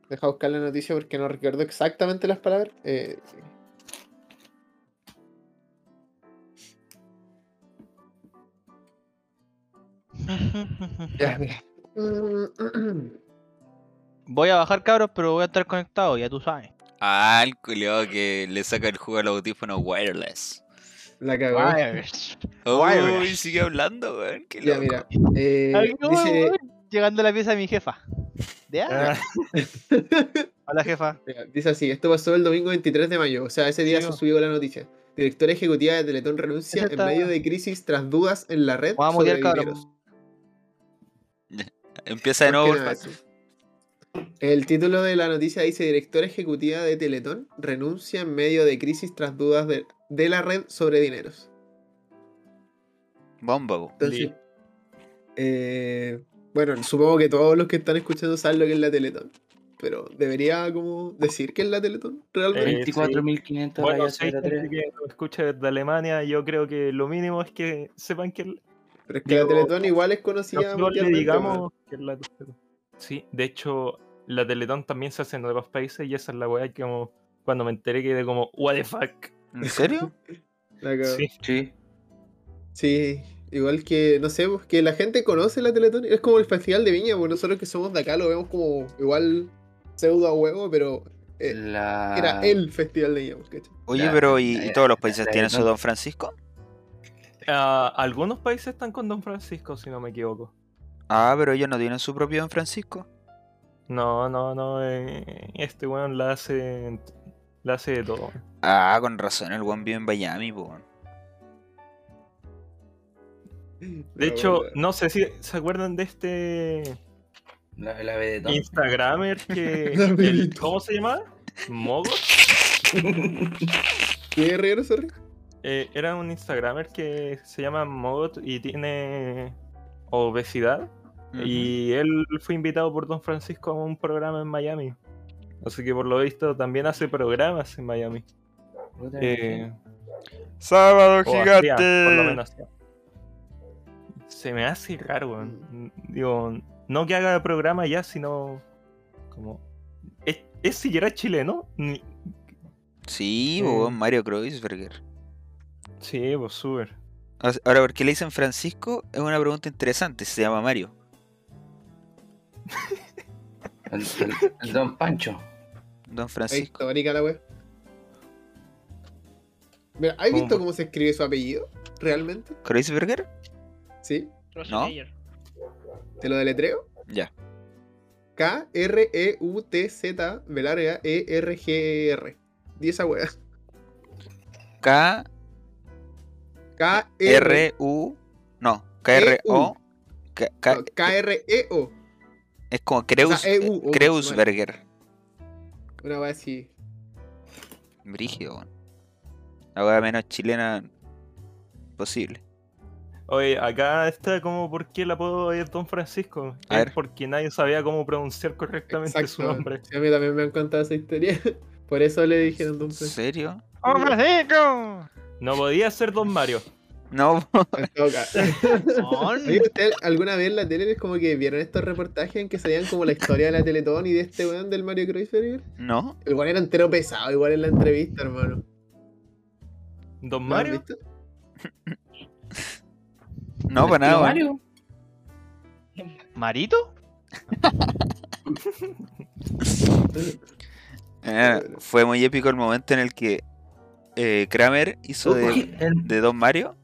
Deja buscar la noticia porque no recuerdo exactamente las palabras. Eh, ya, mira.
Mm, Voy a bajar, cabros, pero voy a estar conectado, ya tú sabes.
Ah, el culiao que le saca el jugo al audífono wireless.
La cagó.
Uy, sigue hablando, weón. Qué
Ya,
loco.
mira. eh,
Ay, no,
dice,
weón. Llegando a la pieza de mi jefa. De ah, Hola, jefa.
Mira, Dice así, esto pasó el domingo 23 de mayo, o sea, ese día se subió la noticia. Directora ejecutiva de Teletón renuncia
Eso
en
está-
medio de crisis tras dudas en la red.
Vamos a
sobre
mutear, cabrón.
dineros.
Empieza de nuevo,
Más que
porfa.
nada eso. El título de la noticia dice Directora ejecutiva de Teletón renuncia en medio de crisis tras dudas de, de la red sobre dineros.
Bomba, po.
Entonces,
Li-
eh, bueno, supongo que todos los que están escuchando saben lo que es la Teletón, pero debería como decir que es la Teletón realmente.
Eh,
24.500
Bueno,
rayas
si hay
sobre
gente
tres.
que lo escucha desde Alemania, yo creo que lo mínimo es que sepan que el-
pero es que la
digo,
Teletón igual es conocida
nosotros le
mundialmente, weón.
digamos que es la Teletón. Sí, de hecho, la Teletón también se hace en otros países y esa es la weá que como cuando me enteré quedé como, what the fuck.
¿En serio?
La cagó.
Sí,
Sí.
Sí, igual que, no sé, pues, que la gente conoce la Teletón. Es como el Festival de Viña, pues nosotros que somos de acá lo vemos como igual pseudo a huevo, pero eh,
La...
era el Festival de Viña, pues, ¿cachai?
Oye,
La-
pero ¿y, y
la-
todos los
la-
países
la-
tienen su
no.
don Francisco?
Ah, algunos países están con Don Francisco, si no me equivoco.
Ah, pero ellos no tienen su propio don Francisco.
No, no, no, eh, este weón la hace, la hace de todo.
Ah, con razón, el one vive en Miami, po. weón.
De
Pero
hecho,
bueno,
no sé si se acuerdan de este
La, la vedetón.
Instagramer que...
La
el-
Benito.
¿Cómo se llamaba? ¿Mogo?
¿Qué rieron, sorry?
Eh, era un Instagramer que se llama Mogot y tiene obesidad. Y él fue invitado por Don Francisco a un programa en Miami. Así que por lo visto también hace programas en Miami.
Puta,
Eh,
Sábado
o hacía, por lo menos hacía. Se me hace raro, weón. Digo, No que haga programa ya, sino como... ¿Es, es si era chileno? Ni-
Sí,
Sí.
bo, Mario Kreuzberger.
Sí, pues súper.
O sea, Ahora, ¿por qué le dicen Francisco? Es una pregunta interesante. Se llama Mario.
El, el- el Don Pancho.
Don
Ahí
Francisco.
está, marica la wea. Mira, ¿has
¿Cómo?
visto cómo se escribe su apellido? ¿Realmente?
¿Kreuzberger?
¿Sí?
Rosenmeyer.
¿Te lo deletreo? E
Ya.
K-R-E-U-T-Z, velarga, E E-R-G-E-R. Y esa wea.
K,
K-R.
R, U. No, K, R, O. K- K-
no, E K-R-E-O.
es como Kreuz,
O sea, EU, obvio,
Kreuzberger.
Una wea así.
Brígido, weón. La hueá menos chilena posible.
Oye, acá está como por qué el apodo es Don Francisco.
A
Es
ver.
porque nadie sabía cómo pronunciar correctamente su
Exacto.
nombre.
Sí, a mí también me han contado esa historia. Por eso le dijeron Don
¿En
Francisco.
serio?
¡Oh, Francisco!
No podía ser Don Mario.
No,
En todo caso.
Mon.
Oye, ¿ustedes alguna vez en la tele como que vieron estos reportajes en que salían como la historia de la Teletón y de este weón del Mario Kreuzberger?
no.
Igual era entero pesado, igual en la entrevista, hermano.
¿Don
¿Lo han
Mario?
visto?
No, para nada, weón.
Mario.
¿Marito?
Eh, fue muy épico el momento en el que eh, Kramer hizo de,
Uy, el-
de Don Mario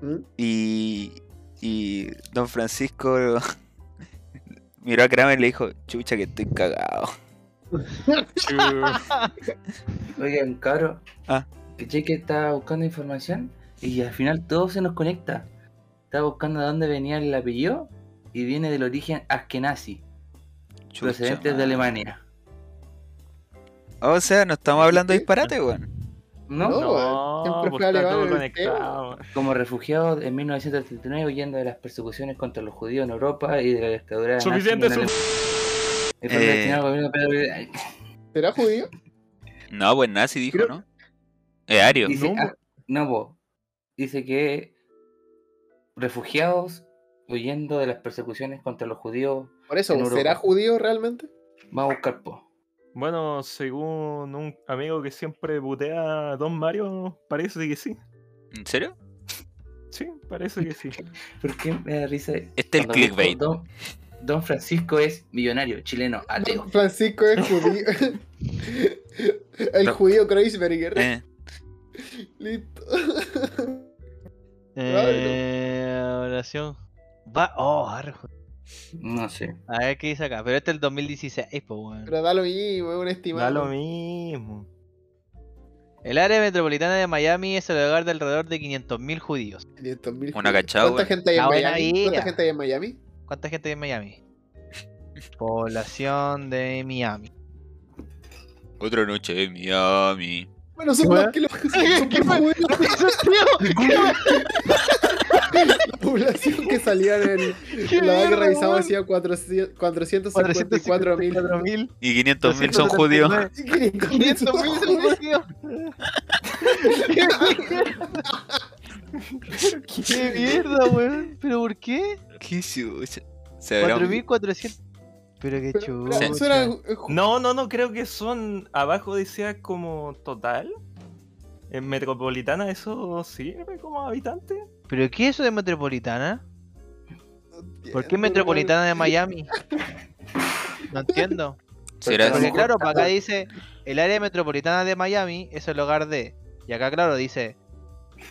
¿Mm?
y, y Don Francisco miró a Kramer y le dijo, chucha que estoy cagado.
Oigan, cabro.
Ah.
Caché que estaba buscando información y al final todo se nos conecta. Estaba buscando de dónde venía el apellido y viene del origen askenazi,
Chucha
procedente de
madre.
Alemania.
O sea, no estamos hablando de
¿Sí?
disparate, weón.
¿No?
No.
No,
siempre
pues
fue
está todo
alemán el
conectado.
Como refugiado en 1939 huyendo de las persecuciones contra los judíos en Europa y de la dictadura nazi en
Suficiente,
Alemania. Y fue
Eh.
destinado al gobierno de Pedro- Ay,
¿Será judío?
No, pues nazi dijo,
Creo-
¿no? Es ario.
Dice,
No,
ah, no, po. Dice que refugiados huyendo de las persecuciones contra los judíos.
Por eso,
En Europa.
¿será judío realmente?
Va a buscar po.
Bueno, según un amigo que siempre putea a Don Mario, parece que sí.
¿En serio?
Sí, parece que sí.
¿Por qué me da risa?
Este es el
cuando
clickbait.
busco Don, Don Francisco es millonario, chileno, ateo.
Francisco es judío. el
No.
judío Kreuzberger.
Eh,
Listo.
Eh, oración. Va. Oh, arjo.
No sé.
A ver qué dice acá. Pero este es el 2016, pues, weón.
Pero da lo mismo, es un
Da
estimado.
lo mismo.
El área metropolitana de Miami es el hogar de alrededor de 500.000 judíos.
500.000
Una
judíos.
cachada,
¿Cuánta
weón.
gente hay en
La buena
Miami? ¿Cuánta
vida.
gente hay en Miami?
¿Cuánta gente hay en Miami? Población de Miami.
otra noche en Miami.
Bueno, son
Weón.
más que los son más judíos. La población que salía en el.
¡Qué
La edad que
mierda,
revisaba
weón!
hacía 400 454.000.
454.000.
Y 500 mil son judíos.
500.000
500.000 son judíos. ¡Qué mierda, weón! ¿Pero por qué?
¿Qué chucha? Se habrá un-
4.400. Pero qué
Pero,
chulo.
mira, eso era ju- ju-
No, no, no, creo que son. Abajo decía como total. En metropolitana eso sirve como habitante.
¿Pero qué es eso de metropolitana? ¿Por qué
entiendo,
metropolitana de Miami? No entiendo.
se habrá-
Porque claro, para acá dice el área metropolitana de Miami es el hogar de. Y acá claro dice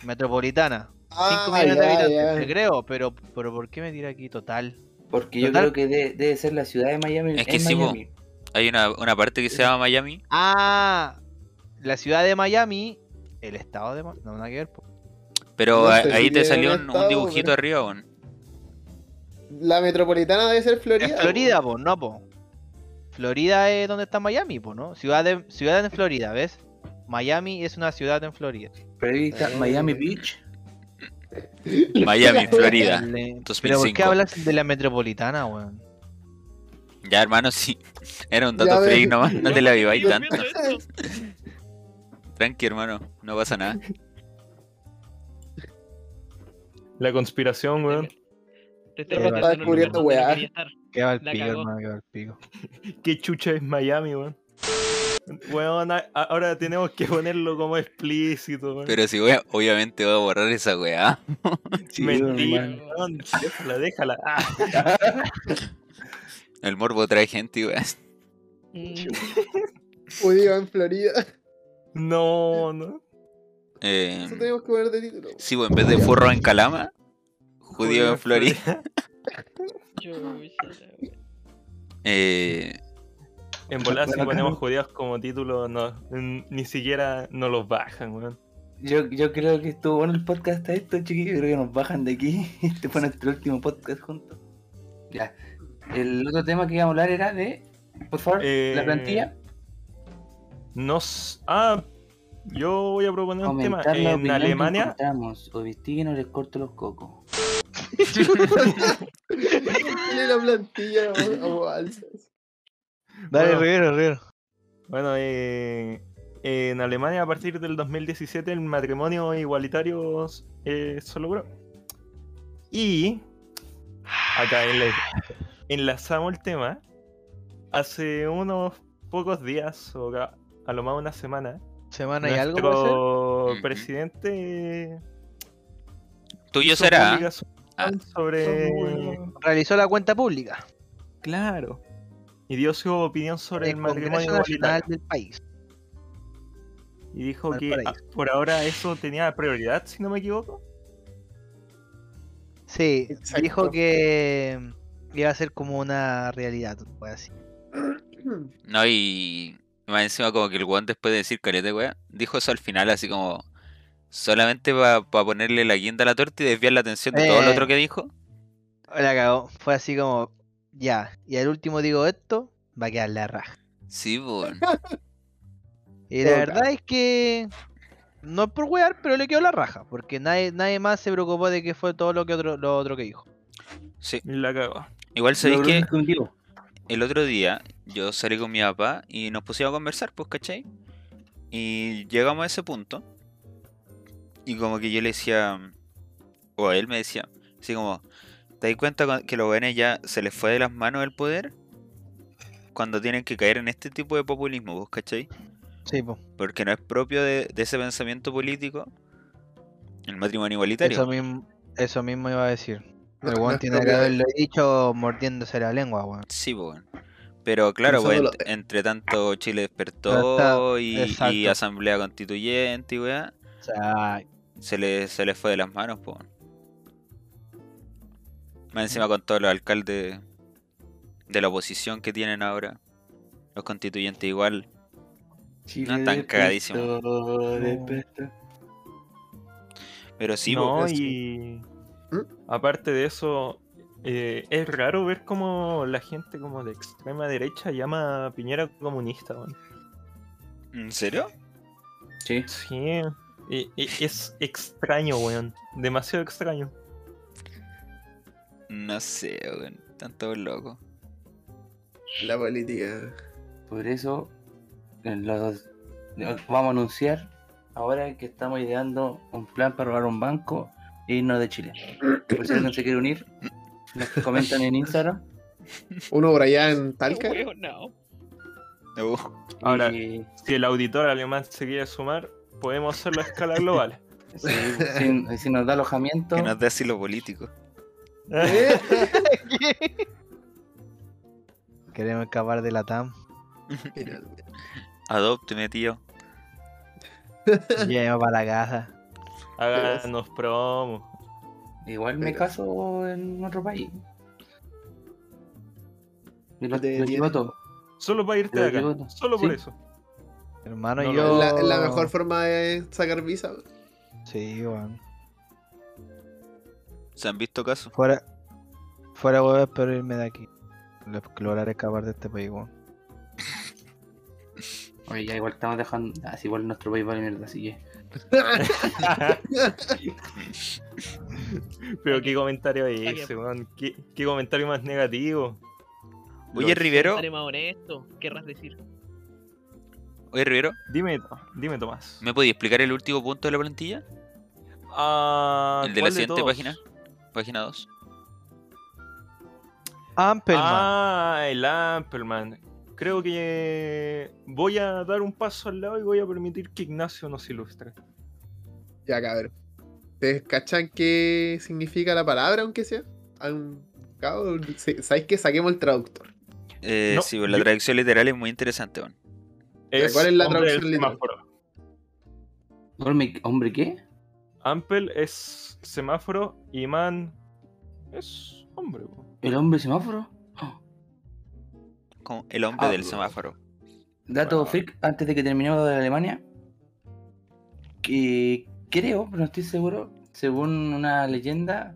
metropolitana. 5
Ah,
millones de
ya,
habitantes,
ya.
te creo, pero, pero ¿por qué me tira aquí total?
Porque yo
Total.
creo que de- debe ser la ciudad de Miami.
Es que
en
sí, po.
Miami.
Hay una, una parte que
Eh,
se llama Miami.
Ah, la ciudad de Miami, el estado de Miami. No, nada que ver. po.
Pero
No
a-
sé
ahí
si
te
tiene
salió
un
un, un
estado,
dibujito
pero-
arriba, weón.
La metropolitana debe ser Florida.
Es Florida, po, no, po. Florida es donde está Miami, po, ¿no? Ciudad, de, ciudad en Florida, ¿ves? Miami es una ciudad en Florida.
Pero ahí está
Eh.
Miami Beach.
Miami, Florida.
Le- Pero ¿por
2005.
qué hablas de la metropolitana, weón?
Ya, hermano, sí. Era un
Ya
dato
ves.
freak nomás. No te la viváis
Yo
tanto.
pienso eso.
Tranqui, hermano. No pasa nada.
La conspiración, weón.
Te estás
Estaba
metiendo en un lugar
Eh, descubriendo
donde no
weá.
quería estar.
Qué va el
La
pico,
cagó.
hermano, qué va el pico.
Qué chucha es Miami, weón. Weón, a- a- ahora tenemos que ponerlo como explícito, weón.
Pero si voy a- obviamente voy a borrar esa weá.
Mentira,
weón.
weón. Déjala, déjala. Ah,
El morbo trae gente y weá.
Hoy día en Florida.
no, no.
Eh,
Eso tenemos que poner de título.
sí, pues, en vez de furro en Calama,
Judío
judío en
en
Florida.
Chucha, la weá.
Eh,
En volar, si ponemos judíos como título, no, n- ni siquiera nos los bajan, weón.
Yo, yo creo que estuvo bueno el podcast hasta esto, chiquillos. Yo creo que nos bajan de aquí. Este fue nuestro último podcast juntos. Ya. El otro tema que íbamos a hablar era de, por favor,
Eh,
la plantilla.
Nos. Ah, yo voy a proponer un tema.
Aumentar la
En
opinión que
Alemania.
encontramos. O investiguen o les corto los cocos.
Tiene la plantilla o, o alzas.
Dale,
Bueno.
Rivero, Rivero.
Bueno, eh, en Alemania a partir del 2017 el matrimonio igualitario eh, se logró. Y acá enla- enlazamos el tema. Hace unos pocos días, o ca- a lo más una semana,
Semana y algo, puede ser?
nuestro
Ujú.
presidente
tuyo
hizo
será.
pública su
Ah.
opinión
Eh,
sobre...
Realizó la cuenta pública.
Claro. Y dio su opinión sobre el,
El
matrimonio
Congreso Nacional
igualitario.
del país.
Y dijo que
Valparaíso.
ah, por ahora eso tenía prioridad, si no me equivoco.
Sí,
Exacto.
dijo que iba a ser como una realidad, pues así.
No, y más encima como que el weón después de decir carete, weá, dijo eso al final así como solamente para ponerle la guinda a la torta y desviar la atención de todo lo
Eh.
otro que dijo.
La cagó. Fue así como, ya. Y al último digo esto, va a quedar la raja.
Sí, pues, weón.
Y la
Todo
verdad es que. No es por wear, pero le quedó la raja. Porque nadie, nadie más se preocupó de que fue todo lo que otro, lo otro que dijo.
Sí.
Y La cagó.
Igual sabéis
Logró
que
un objetivo.
el otro día yo salí con mi papá y nos pusimos a conversar, pues, ¿cachai? Y llegamos a ese punto. Y como que yo le decía, o él me decía, así como, ¿te das cuenta cua- que los jóvenes ya se les fue de las manos el poder? Cuando tienen que caer en este tipo de populismo, pues, ¿cachai?
Sí, pues.
Porque no es propio de, de ese pensamiento político el matrimonio igualitario.
Eso mismo, eso mismo iba a decir. El
No
weón
es
tiene que
propiedad.
haberlo dicho mordiéndose la lengua, weón.
Sí, pues. weón. Pero claro, pues,
Pensándolo-
ent- entre tanto Chile
Tanta-
despertó y, y
exacto.
Asamblea Constituyente y weá,
O sea,
se le, se le fue de las manos, pues. Más encima con todos los alcaldes de la oposición que tienen ahora. Los constituyentes igual.
Chile
No, están
despertó,
cagadísimos.
despertó.
Pero sí,
no,
pues,
y
¿Mm?
aparte de eso, eh, es raro ver cómo la gente como de extrema derecha llama a Piñera comunista. weón.
¿En serio?
Sí.
Sí, y- y- es extraño, weón. Demasiado extraño.
No sé, weón. Están todos locos.
La política.
Por eso eh, los- vamos a anunciar ahora que estamos ideando un plan para robar un banco e irnos de Chile. Por si alguien se quiere unir, nos comentan en Instagram.
Uno Brian Talca.
Weón, no.
Uh,
Ahora-
y-
Si el auditor alemán se quiere sumar, podemos hacerlo a escala global.
si, si- si nos da alojamiento,
que nos dé así lo político.
¿Eh?
queremos escapar de la TAM.
Adópteme, tío.
Lleva para la casa.
Háganos promo.
igual me caso en otro país. Y los,
De
los
diez.
chivotos,
Solo para irte
Lo
de acá.
ayudo.
Solo por
Sí.
eso.
Hermano,
No,
yo.
no,
La, la mejor forma de sacar visa.
Sí, weón.
¿Se han visto casos?
Fuera. Fuera, weón, espero irme de aquí. Lo- Lograr escapar de este país, weón.
Oye, ya igual estamos dejando. Así igual nuestro país vale mierda, así que.
Pero qué comentario es
Está
ese, weón. ¿Qué, qué comentario más negativo.
Oye, Rivero.
Seré más honesto, querrás decir.
Oye, Rivero.
Dime, Tomás, dime Tomás.
¿Me podías explicar el último punto de la plantilla?
Ah,
¿El de la
¿cuál
siguiente
todos?
página? Página 2.
Ampelman.
Ah, el Ampelman. Creo que voy a dar un paso al lado y voy a permitir que Ignacio nos ilustre.
Ya, cabrón. ¿Ustedes cachan qué significa la palabra, aunque sea? ¿Han- cabrón, se- ¿Sabéis que saquemos el traductor?
Eh,
No,
sí, pues la
yo-
traducción literal es muy interesante, weón.
¿Cuál es la
hombre del
traducción literal?
semáforo.
Hombre, ¿hombre qué?
Ampel es semáforo y man es hombre. po.
¿El hombre semáforo?
Como el hombre
Ah,
del
bro.
semáforo.
Dato
Bueno.
freak, antes de que terminemos lo de Alemania, que creo, pero no estoy seguro, según una leyenda,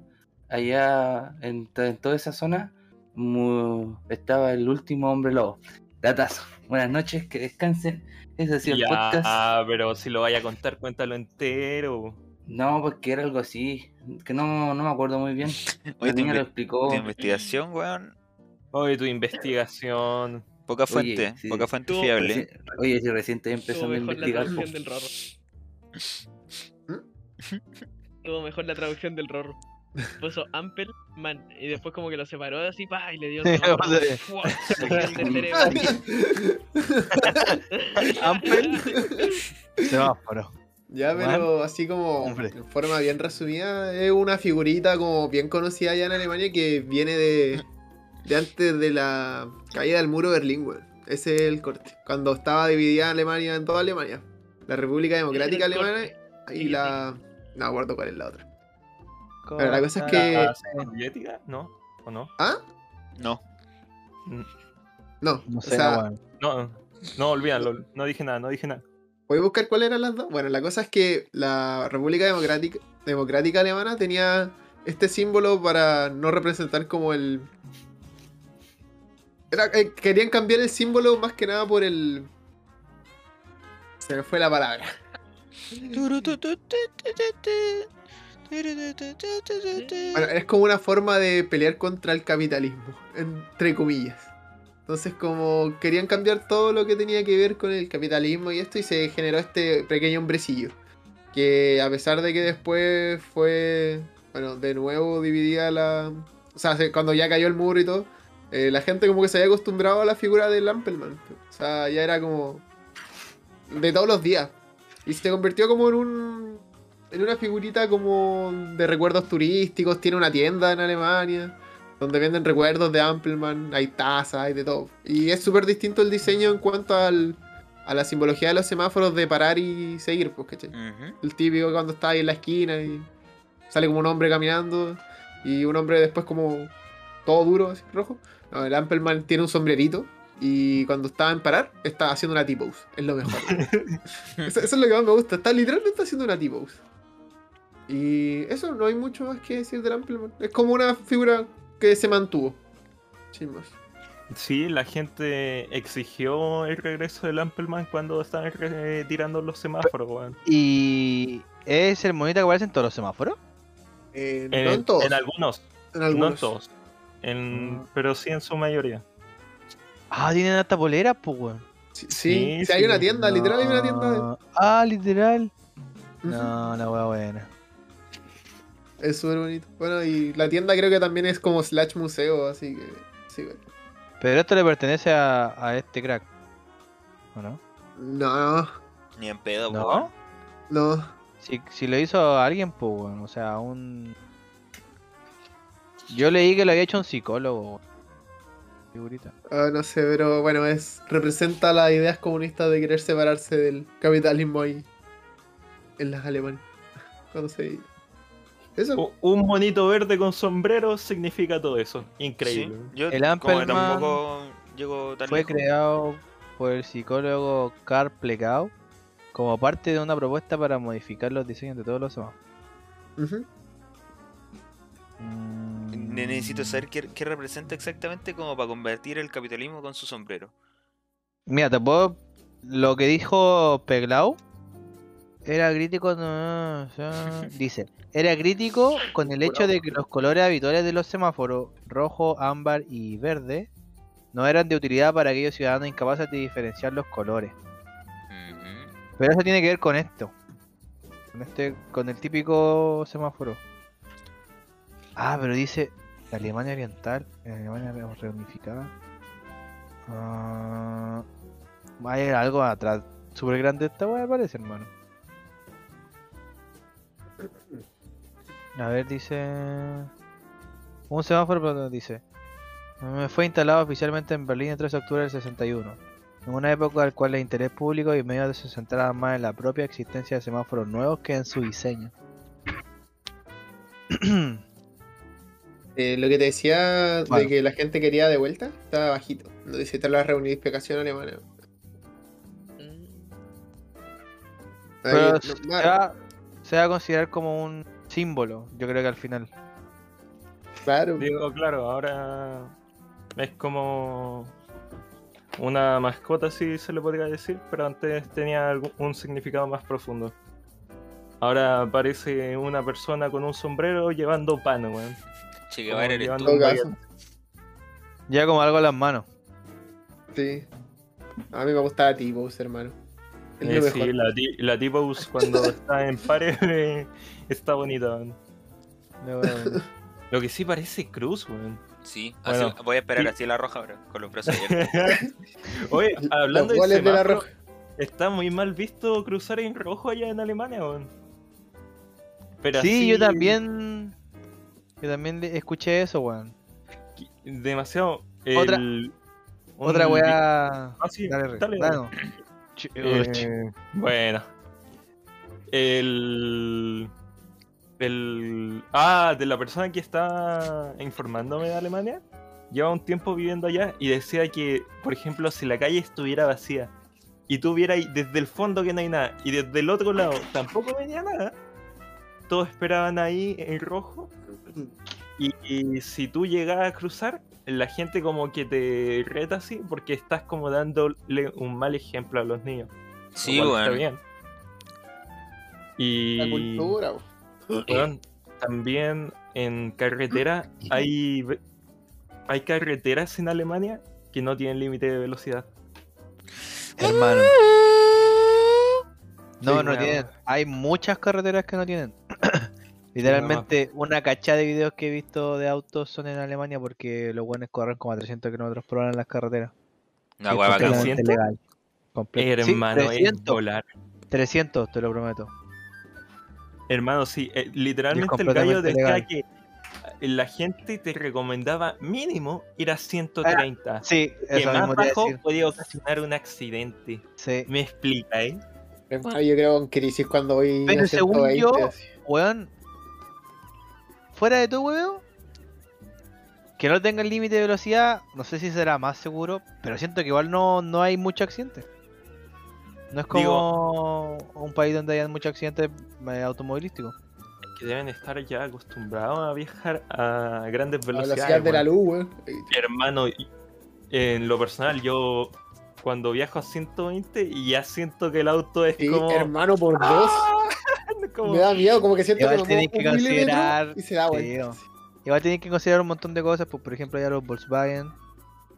allá en, to- en toda esa zona mu- estaba el último hombre lobo. Datazo. Buenas noches, que descansen. Ese ha sido el podcast.
Ya, pero si lo vaya a contar, cuéntalo entero.
No, porque era algo así, que no, no me acuerdo muy bien.
Oye,
La
tu,
niña lo
inve-
explicó.
tu investigación, weón.
Oye, tu investigación.
Poca
Oye,
fuente,
sí.
poca fuente
Tú-
fiable.
Reci- Oye, si recién estoy empezando
Estuvo
a
mejor la
investigar.
traducción
po.
del Rorro. Estuvo mejor la traducción del Rorro. Puso Ampel, man, y después como que lo separó así, pa, y le dio un semáforo. Fua, grande cerebro.
Semáforo.
Ya, pero así como
Hombre.
en forma bien resumida, es una figurita como bien conocida allá en Alemania que viene de, de antes de la caída del muro de Berlín, weón. Ese es el corte. Cuando estaba dividida Alemania en toda Alemania. La República Democrática
Ese es el
Alemana
Sí,
y
sí.
la... No me acuerdo cuál es la otra. Pero la cosa es que...
¿La soviética? ¿No? ¿O no?
¿Ah?
No,
No.
No
o
sé,
sea,
weón.
No, no, olvídalo. No dije nada, no dije nada.
¿Voy a buscar cuáles eran las dos? Bueno, la cosa es que la República Democrática, Democrática Alemana tenía este símbolo para no representar como el... Era- eh, querían cambiar el símbolo más que nada por el... Se me fue la palabra. Bueno, es como una forma de pelear contra el capitalismo, entre comillas. Entonces, como querían cambiar todo lo que tenía que ver con el capitalismo y esto, y se generó este pequeño hombrecillo. Que a pesar de que después fue, bueno, de nuevo dividida la. O sea, se- cuando ya cayó el muro y todo, eh, la gente como que se había acostumbrado a la figura del Ampelman. O sea, ya era como. de todos los días. Y se convirtió como en un en una figurita como de recuerdos turísticos, tiene una tienda en Alemania donde venden recuerdos de Ampelman, hay tazas, hay de todo. Y es súper distinto el diseño en cuanto al, a la simbología de los semáforos de parar y seguir, pues, ¿cachai?
ujú.
El típico cuando está ahí en la esquina y sale como un hombre caminando y un hombre después como todo duro, así, rojo. No, el Ampelman tiene un sombrerito y cuando está en parar está haciendo una T-pose, es lo mejor. eso, eso es lo que más me gusta, está literalmente haciendo una T-pose. Y eso, no hay mucho más que decir del Ampelman. Es como una figura que se mantuvo. Sin más.
Sí, la gente exigió el regreso del Ampelman cuando estaban re- tirando los semáforos, weón.
Y. ¿Es el monito que aparece en todos los semáforos?
Eh,
En,
no en todos.
en algunos, no
en
en
algunos. Mm.
todos. En- Pero sí en su mayoría.
Ah, tienen hasta poleras, pues, weón.
Sí,
Sí,
sí, sí, hay
sí.
una tienda, literal hay una tienda. de-
No. Ah, literal.
Ujú.
No, la wea buena.
Es súper bonito. Bueno, y la tienda creo que también es como slash museo, así que. Sí, güey.
Pero esto le pertenece a, a este crack. ¿O no?
No,
Ni en pedo, po,
¿No?
weón.
no.
Si, si lo hizo a alguien, pues, weón. O sea, a un. Yo leí que lo había hecho un psicólogo, weón. Figurita.
Ah, no sé, pero bueno, es. Representa las ideas comunistas de querer separarse del capitalismo ahí. En las Alemanias. Cuando se. Eso.
U- Un bonito verde con sombrero significa todo eso. Increíble.
Sí, yo
El
como que
Ampelman
tampoco llego tan
Fue
lejos.
creado por el psicólogo Carl Plegau como parte de una propuesta para modificar los diseños de todos los demás.
Ujú.
Ne- Necesito saber qué, qué representa exactamente como para combatir el capitalismo con su sombrero.
Mira, te puedo. Lo que dijo Peglau era crítico. no, o sea, dice: Era crítico con el hecho de que los colores habituales de los semáforos, rojo, ámbar y verde, no eran de utilidad para aquellos ciudadanos incapaces de diferenciar los colores.
Ujú.
Pero eso tiene que ver con esto: con, este, con el típico semáforo. Ah, pero dice: La Alemania Oriental, la Alemania re- reunificada. Ah, hay algo atrás. Súper grande esta weá, parece, hermano. A ver, dice. Un semáforo, pero dice. Me fue instalado oficialmente en Berlín el 3 de octubre del 61. En una época en la cual el interés público y medios se centraban más en la propia existencia de semáforos nuevos que en su diseño.
Eh, lo que te decía
Bueno.
de que la gente quería de vuelta estaba bajito. No dice está la reunificación alemana.
Mm,
Ahí,
Pero
no,
se,
ma-
va, se va a considerar como un símbolo, yo creo que al final.
claro.
Digo, claro, ahora es como una mascota, si se le podría decir, pero antes tenía algún- un significado más profundo. Ahora parece una persona con un sombrero llevando pan, weón.
Che
Como
Guevara eres
llevando
tú.
un
Todo caso.
baguette.
Ya como algo a las manos.
Sí. A mí me gustaba T-Bows, hermano. Es
Eh,
lo
sí,
mejor.
la, ti- la T-Pose cuando está en pares eh, está bonita, weón.
No, bueno.
Lo que sí parece cruz, weón.
Sí,
Bueno.
así- voy a esperar así la roja, bro, con los brazos abiertos.
Oye,
Los
ah, hablando de,
goles de la
semáforo,
roja.
está muy mal visto cruzar en rojo allá en Alemania, weón. Pero
Sí,
así-
yo también. Yo también le- escuché eso, weón.
Qui- demasiado. el-
Otra-
un-
Otra weá.
Ah, sí, dale,
Dale, dale.
dale.
no. Ch-
Eh,
eh,
Bueno. El. El. Ah, de la persona que está informándome de Alemania. Lleva un tiempo viviendo allá y decía que, por ejemplo, si la calle estuviera vacía y tú vieras ahí desde el fondo que no hay nada y desde el otro lado tampoco venía nada, todos esperaban ahí en rojo. Y, y si tú llegas a cruzar, la gente como que te reta así porque estás como dándole un mal ejemplo a los niños.
Sí,
Igual
weón.
Está bien. Y
La cultura, bo.
eh.
weón, también en carretera hay ve- hay carreteras en Alemania que no tienen límite de velocidad.
hermano. No,
Sí,
no
weón.
tienen. Hay muchas carreteras que no tienen. Literalmente, una cachada de videos que he visto de autos son en Alemania porque los buenos corren como a 300 kilómetros por hora en las carreteras.
Una
Y es
hueá bacán.
la-
completamente
300?
legal. Comple- sí,
Hermano, es
300,
volar.
300, te lo prometo.
Hermano, sí, eh, literalmente el gallo
completamente
decía
legal.
que la gente te recomendaba mínimo ir a
Ah,
130.
Sí,
que
eso
más
mismo te iba a
bajo
decir.
podía ocasionar un accidente.
Sí.
Me explica, ¿eh?
Ah, yo creo en crisis cuando voy
Pero
a
según
120,
yo-
así.
Weón, fuera de todo, weón, que no tenga el límite de velocidad, no sé si será más seguro, pero siento que igual no, no hay mucho accidente. No es como un país donde hayan muchos accidentes eh, automovilísticos.
que deben estar ya acostumbrados a viajar a grandes
La
velocidades.
velocidad de la
weón.
luz, weón.
Hermano, y- en lo personal, yo cuando viajo a 120 y ya siento que el auto es
Sí,
como. Ah,
hermano, por
como-
dos. Me da miedo, como que siento
Igual
que me
tenés
muevo
que
un milímetro
considerar-
Y se da
Ah, Sí,
vuelta.
no. Igual tienen que considerar un montón de cosas, pues, por ejemplo, ya los Volkswagen,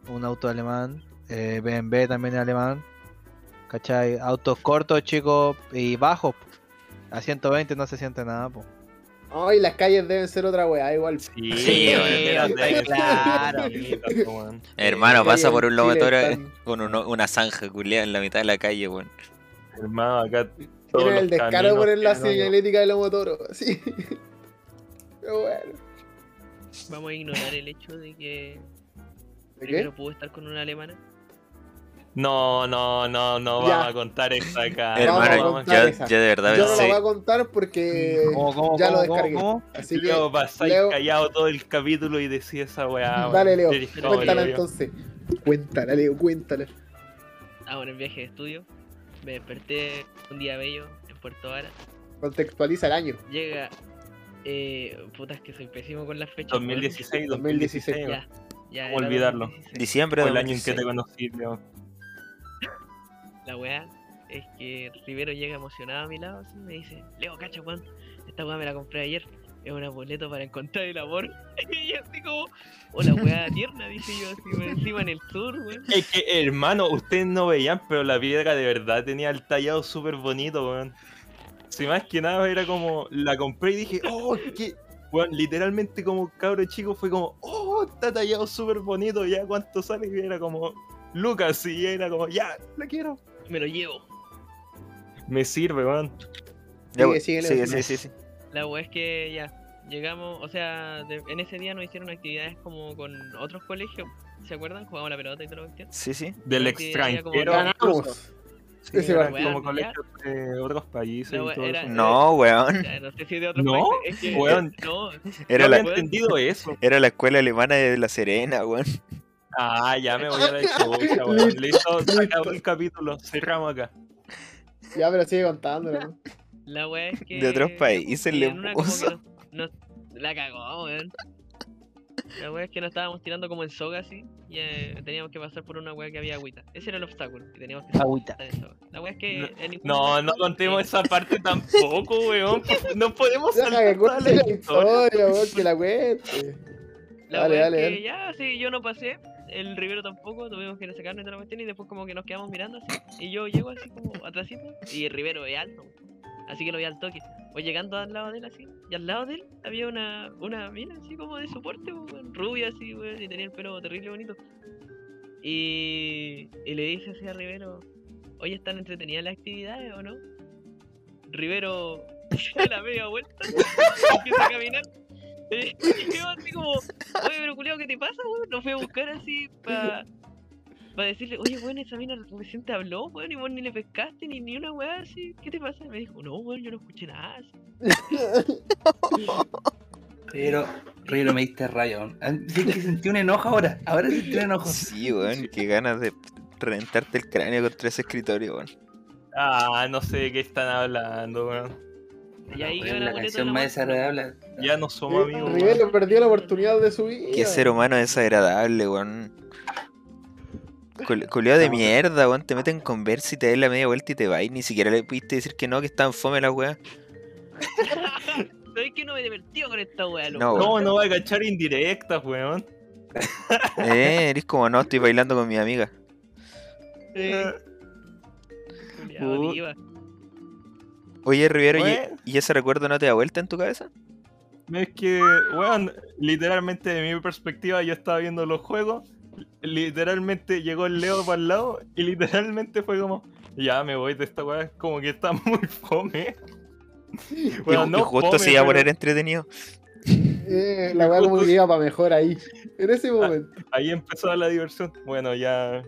un auto alemán, eh, BMW también es alemán, ¿cachai? Autos cortos, chicos y bajos. po. A 120 no se siente nada, pues.
Ay, las calles deben ser otra weá, igual.
Sí,
Sí,
weón,
weón,
eran de-
claro.
bonitas, weón.
Hermano,
Las
pasa
calles
por
en
un
Chile
locutorio
están-
con uno- una zanja culiada en la mitad de la calle, weón.
Hermano, acá. todos
Tienen
los
el descaro de
caminos
poner la
tienen hoyo.
señalética del homotoro, así. Pero bueno.
Vamos a ignorar el hecho de que
¿De
primero
qué?
pudo estar con una alemana.
No, no, no, no
Ya.
vamos a contar esta acá.
Vamos a
Hermano,
Ah, Vamos a-
contar
yo,
esa.
yo de verdad
Yo no la
pensé.
voy a contar porque
¿Cómo, cómo,
ya lo
cómo, cómo,
descargué.
cómo?
Así que
Leo pasáis
Leo-
callado todo el capítulo y decís esa weá. weón.
Dale, Leo,
Eres como
cuéntala
Leo.
entonces. Cuéntala, Leo, cuéntala.
Ahora Ah, en viaje de estudio. Me desperté un día bello en Puerto Vara.
Contextualiza el año.
Llega. Eh, puta, es que soy pésimo con las fechas. weón.
2016,
2016,
2016. weón.
Ya, ya.
¿Cómo
era
olvidarlo?
2016.
Diciembre
Fue
de
el año en que te conocí, Leo.
La weá es que Rivero llega emocionado a mi lado así, me dice, Leo, cacha, weón, esta weá me la compré ayer, es un amuleto para encontrar el amor. y yo así como, una weá tierna, dije yo así, weón, encima en el sur, weón.
Es que, hermano, ustedes no veían, pero la piedra de verdad tenía el tallado súper bonito, weón. Si más que nada era como, la compré y dije, oh, qué, Weón, literalmente como cabro chico fue como, oh, está tallado súper bonito, ya cuánto sale. Y era como, Lucas, y era como, ya, la quiero.
Me lo llevo.
Me sirve, weón.
Sigue,
bueno,
sigue,
sigue,
Leo.
sí, sí, sí.
La weá es que ya, llegamos, o sea, de- en ese día nos hicieron actividades como con otros colegios. ¿Se acuerdan? Jugamos la pelota y toda la cuestión.
Sí, sí.
Del
Sí, era como-
extranjero.
Ganamos.
Sí,
Ese
era
partido.
como colegios de otros países.
No,
y todo
era-
eso.
No, weón.
Ya, no sé si de otros
No,
países. Es que,
weón.
No,
Era
no
la,
había entendido eso.
era la escuela alemana de La Serena, weón.
Ah, ya me voy a la chucha, weón. Listo, se acabó el capítulo. Cerramos acá.
Ya, pero sigue contándola. ¿no?
La wea es que.
De otros países,
en
le
una como que
puso.
nos- nos- la cagó, weón. La wea es que nos estábamos tirando como en soga así. Y eh, teníamos que pasar por una wea que había agüita. Ese era el obstáculo. Y teníamos que
Agüita.
saltar en soga. La wea es que. en ningún
No,
momento-
no contemos esa parte tampoco, weón. No podemos
Deja que
saltar toda la
cuente la
historia.
historia, weón, que la cuente.
La
Dale,
wea
dale,
es
dale.
que ya, sí, yo no pasé. El Rivero tampoco, tuvimos que sacarnos de la cuestión y después como que nos quedamos mirando así. Y yo llego así como atrasito y el Rivero es alto. Así que lo vi al toque. Voy llegando al lado de él así. Y al lado de él había una, una mina así como de soporte, po, weón, rubia así, weón, y tenía el pelo terrible bonito. Y, y le dice así a Rivero, oye, ¿están entretenidas las actividades o no? Rivero se da la media vuelta, empieza a caminar. Y yo así como, oye, pero culiao, ¿qué te pasa, weón? Nos fui a buscar así para decirle, oye, weón, esa mina recién te habló, weón, y vos ni le pescaste ni, ni una weá así, ¿qué te pasa? Y me dijo, no, weón, yo no escuché nada. así".
Pero, Rivero, me diste rayón. Sí que sentí un enojo ahora. Ahora sentí un enojo.
Sí, weón. Qué ganas de reventarte el cráneo contra ese escritorio, weón.
Ah, no sé de qué están hablando, weón.
Y ahí
Bueno,
quedó la
la
boleta pues,
canción
en
más
la mano.
desagradable.
Ya no somos amigos. weón.
Rivero perdió la oportunidad de su vida.
Qué ser humano desagradable, weón. Cul- Culeado de mierda, weón. Te meten con versa y te das la media vuelta y te vas. Y ni siquiera le pudiste decir que no, que estaban fome la weá.
¿Sabes que no me divertí con esta weá, loco?
No, weón.
No, no va a cachar indirectas, weón.
Eh, eres como no, estoy bailando con mi amiga.
Eh, culiao,
Uh.
diva.
Oye, Rivero, ¿y-
Weón.
¿y ese recuerdo no te da vuelta en tu cabeza?
Es que, weón, literalmente de mi perspectiva yo estaba viendo los juegos, literalmente llegó el Leo para el lado y literalmente fue como, ya me voy de esta weá, como que está muy fome.
Y-
Bueno,
y,
no
justo
fome,
se iba a
pero
poner entretenido.
Eh, la weá como que iba para mejor ahí. En
Ah.
ese momento.
Ahí empezó la diversión. Bueno, ya...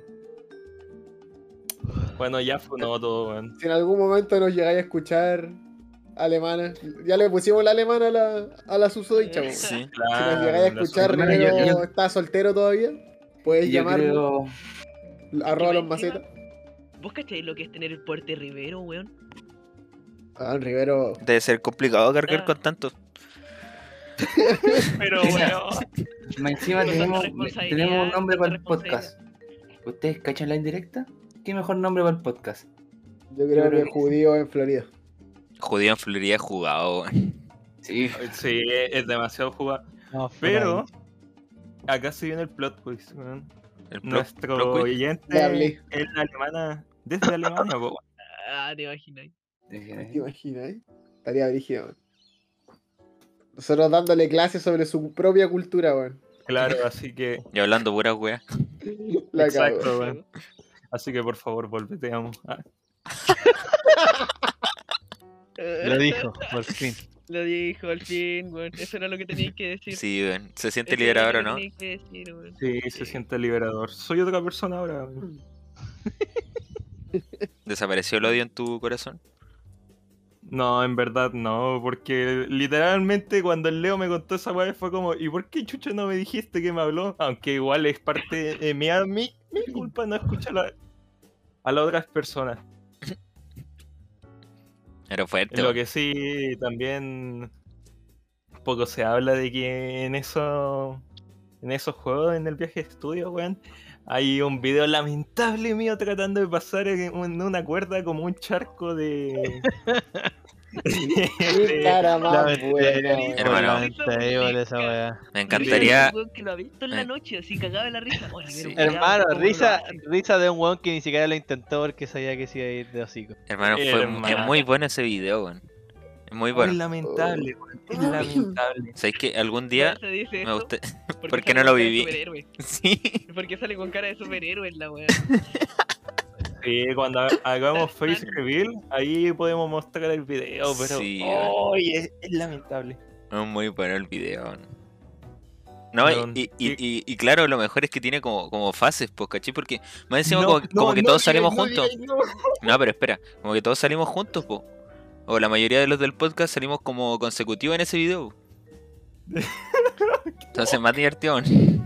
Bueno, ya fue no todo, weón.
Si en algún momento nos llegáis a escuchar alemana, ya le pusimos la alemana a la, a la susodicha. weón.
Sí.
Si
Ah,
Claro,
nos llegáis a
la
escuchar,
sombra.
Bueno, yo-
Rivero
yo-
está soltero todavía. Puedes
Y yo
llamarlo
creo...
arroba
Y
los
más encima,
macetas.
¿Vos cacháis lo que es tener el puerte Rivero, weón?
Ah, Rivero.
Debe ser complicado cargar
Ah.
con tanto.
Pero,
Mira.
weón,
Más encima
Tanta
tenemos,
responsabilidad,
tenemos un nombre para el
tanta
podcast. ¿Ustedes cachan la indirecta? ¿Qué mejor nombre para el podcast?
Yo creo
creo
que
que-
judío en Florida.
Judío en Florida jugado, weón.
Sí.
sí, es demasiado jugado.
No, fue
Pero,
ahí.
acá se viene el plot twist, weón.
El pro-
Nuestro
Blockwell.
Le
oyente
hablé.
es la alemana, desde Alemania, po, weón.
Ah, te imagináis.
¿Te
Este
imaginas? eh? Estaría brígido, weón. Nosotros dándole clases sobre su propia cultura, weón.
claro, así que.
Y hablando pura weá.
La cago.
exacto, weón. Así que por favor, volve, te amo. Ah,
Lo dijo, por fin.
Lo dijo al fin, weón. Eso era lo que teníais que decir.
Sí, weón. Se siente
Eso era
liberador o no.
Este, lo que teníais que decir, weón.
sí, se siente liberador. Soy otra persona ahora. weón.
¿Desapareció el odio en tu corazón?
No, en verdad no, porque literalmente cuando el Leo me contó esa weá fue como, ¿y por qué chucha no me dijiste que me habló? Aunque igual es parte de mi, mi, mi culpa no escuchar a, la- a las otras personas.
Era fuerte.
Lo
weón.
que sí, también poco se habla de que en eso en esos juegos, en el viaje de estudio, weón, hay un video lamentable mío tratando de pasar en un- una cuerda como un charco de...
Qué
de-
La
cara más
vente-
buena, weón.
Hermano.
la vente ahí, boludo, esa weá.
Me
Rivero,
encantaría.
un weón que lo ha visto en la
Eh.
noche, así cagado de la risa. Oh, Rivero,
Sí.
culiao,
Hermano,
¿cómo lo
risa,
hace?
risa de un weón que ni siquiera lo intentó porque sabía que se iba a ir de hocico.
Hermano, fue es
Hermano.
muy bueno ese video, weón.
Es muy
Es
bueno.
lamentable, weón, es lamentable.
¿Sabéis que algún día
Se dice
me
eso
gusta...
porque
porque no
sale
lo
con cara de
viví.
superhéroe.
Sí.
Porque sale con cara de superhéroe la weá.
Sí, cuando ha- hagamos Face Reveal, ahí podemos mostrar el video, pero.
Sí,
¡Ay, es, es lamentable!
Es muy bueno el video. ¿no? No, y-
Weón,
y, y-
qué-
y- y claro, lo mejor es que tiene como, como fases, pues, ¿cachai? Porque más encima
No,
como, que-
no,
como que
no digáis,
todos salimos
no
juntos.
digáis, no.
No, pero espera, como que todos salimos juntos, po. O la mayoría de los del podcast salimos como consecutivos en ese video. po. Entonces más divertido. aún.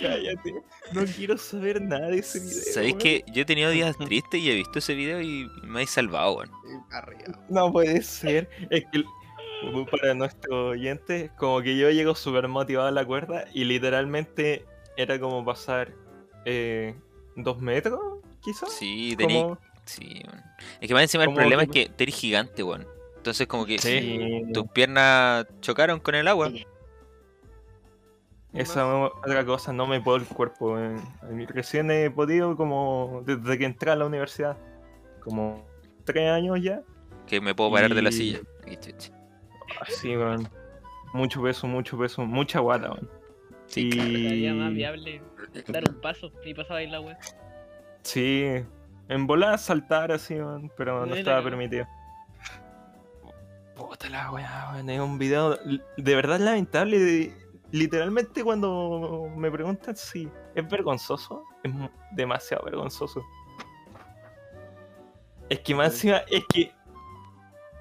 Cállate. No quiero saber nada de ese video.
Sabéis
weón.
que yo he tenido días tristes y he visto ese video y me he salvado, weón.
Arriba.
No puede ser. Es que para nuestros oyentes, como que yo llego súper motivado a la cuerda y literalmente era como pasar eh, dos metros, quizás.
Sí, tení...
como...
sí, weón. Es que más encima el
Como
problema es
que-
que tú eres gigante, weón. Entonces como que
Sí.
tus piernas chocaron con el agua.
Esa es otra cosa, no me puedo el cuerpo. weón. A mí Recién he podido, como desde que entré a la universidad, como tres años ya.
Que me puedo parar de la
Y-
silla. Y chucha.
Así, weón. Mucho peso, mucho peso, mucha guata, weón.
Sí,
Sería más
y...
viable dar un paso y pasaba ahí la weá.
Sí, en volar saltar así, weón, pero no
Buena,
estaba
weón.
permitido. Puta la weá, weón, es un video l- de verdad lamentable. de- literalmente cuando me preguntan si es vergonzoso, es mu- demasiado vergonzoso. Es que más encima, es que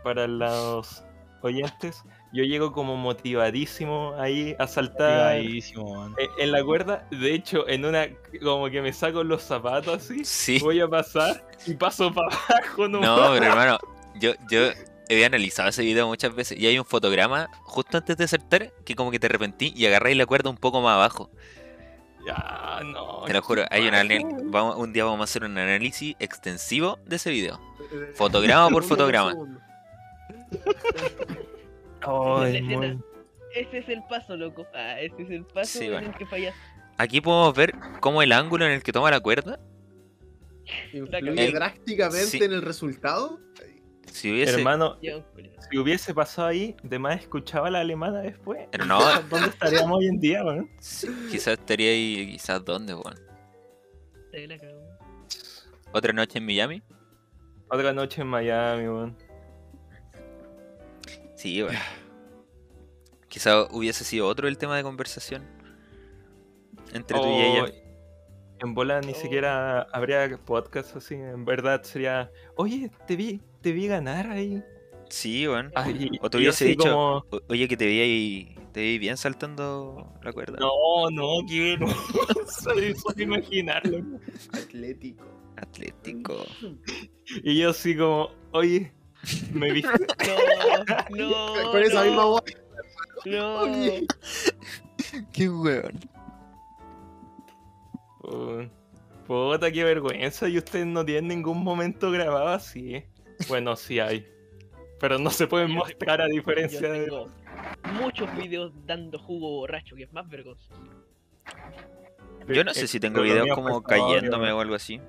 para los oyentes, yo llego como motivadísimo ahí a saltar en,
Privadísimo, man.
en la cuerda. De hecho, en una, como que me saco los zapatos así
Sí.
voy a pasar y paso para abajo no,
No, pero hermano, yo, yo he analizado ese video muchas veces y hay un fotograma justo antes de saltar que como que te arrepentí y agarráis la cuerda un poco más abajo.
Ya, no.
Te lo juro, hay un anal- vamos- un día vamos a hacer un análisis extensivo de ese video. Fotograma por fotograma.
Ay, muy-
Ese es el paso, loco. Ah, ese es el paso
Sí,
en
bueno.
el que fallas.
Aquí podemos ver cómo el ángulo en el que toma la cuerda,
Influye
El-
drásticamente
sí.
en el resultado.
si hubiese...
Hermano,
Ya, un culiao.
si hubiese pasado ahí, de más escuchaba la alemana después.
Pero no,
¿Dónde estaríamos hoy en día, weón?
sí, quizás estaría ahí, quizás dónde, weón.
Se la cagó.
Otra noche en Miami.
Otra noche en Miami, weón.
Sí, bueno. Quizás hubiese sido otro el tema de conversación entre tú y ella.
Oh, En bola ni
Oh.
siquiera habría podcast así. En verdad sería, oye, te vi, te vi ganar ahí.
Sí, weón.
Ah, y-
O te
y
hubiese
así
dicho,
como,
O- Oye, que te vi ahí, te vi bien saltando la cuerda.
no, no, qué vergüenza, solo imaginarlo.
Atlético.
Atlético.
Y yo así como, oye, me viste.
No, no.
Con esa
Oh, no,
misma voz.
No.
Oye.
Qué weón.
Pu- Puta, qué vergüenza. Y ustedes no tienen ningún momento grabado así. ¿eh? Bueno, sí hay. Pero no se pueden
Yo-
mostrar a
Yo
diferencia de...
tengo muchos videos dando jugo borracho, que es más vergonzoso.
Yo no sé si tengo
de lo
videos
mío
como
personal,
cayéndome
weón.
o algo así. Eh,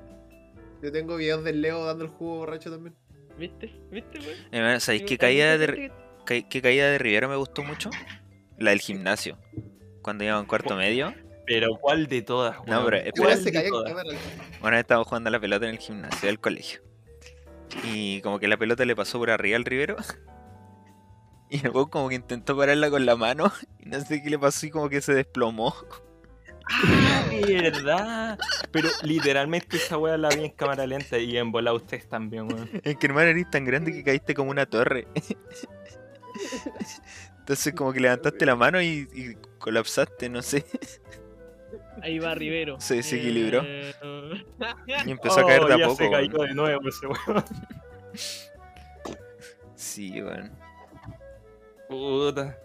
Yo tengo videos del Leo dando el jugo borracho también.
¿Viste? ¿Viste, weón?
Hermano, ¿Sabéis qué
que
caída de Ri- ca- qué caída de Rivera me gustó mucho? La del gimnasio. Cuando iba en cuarto medio,
Pero ¿cuál de todas?
No,
weón?
pero
Igual
espera.
¿Cuál
se
de
cayó en
todas?
cámara.
una vez estábamos jugando a la pelota en el gimnasio del colegio. Y como que la pelota le pasó por arriba al Rivero. Y el weón como que intentó pararla con la mano. Y no sé qué le pasó y como que se desplomó.
¿Verdad? Pero literalmente esa wea la vi en cámara lenta y en bola ustedes también, weón.
Es que hermano eres tan grande que caíste como una torre. Entonces como que levantaste la mano y, y colapsaste, no sé.
Ahí va Rivero.
Se desequilibró.
Eh,
Y empezó a caer de
Oh,
a
ya
poco.
se cayó
weón.
de nuevo ese weón.
Sí, weón.
Puta.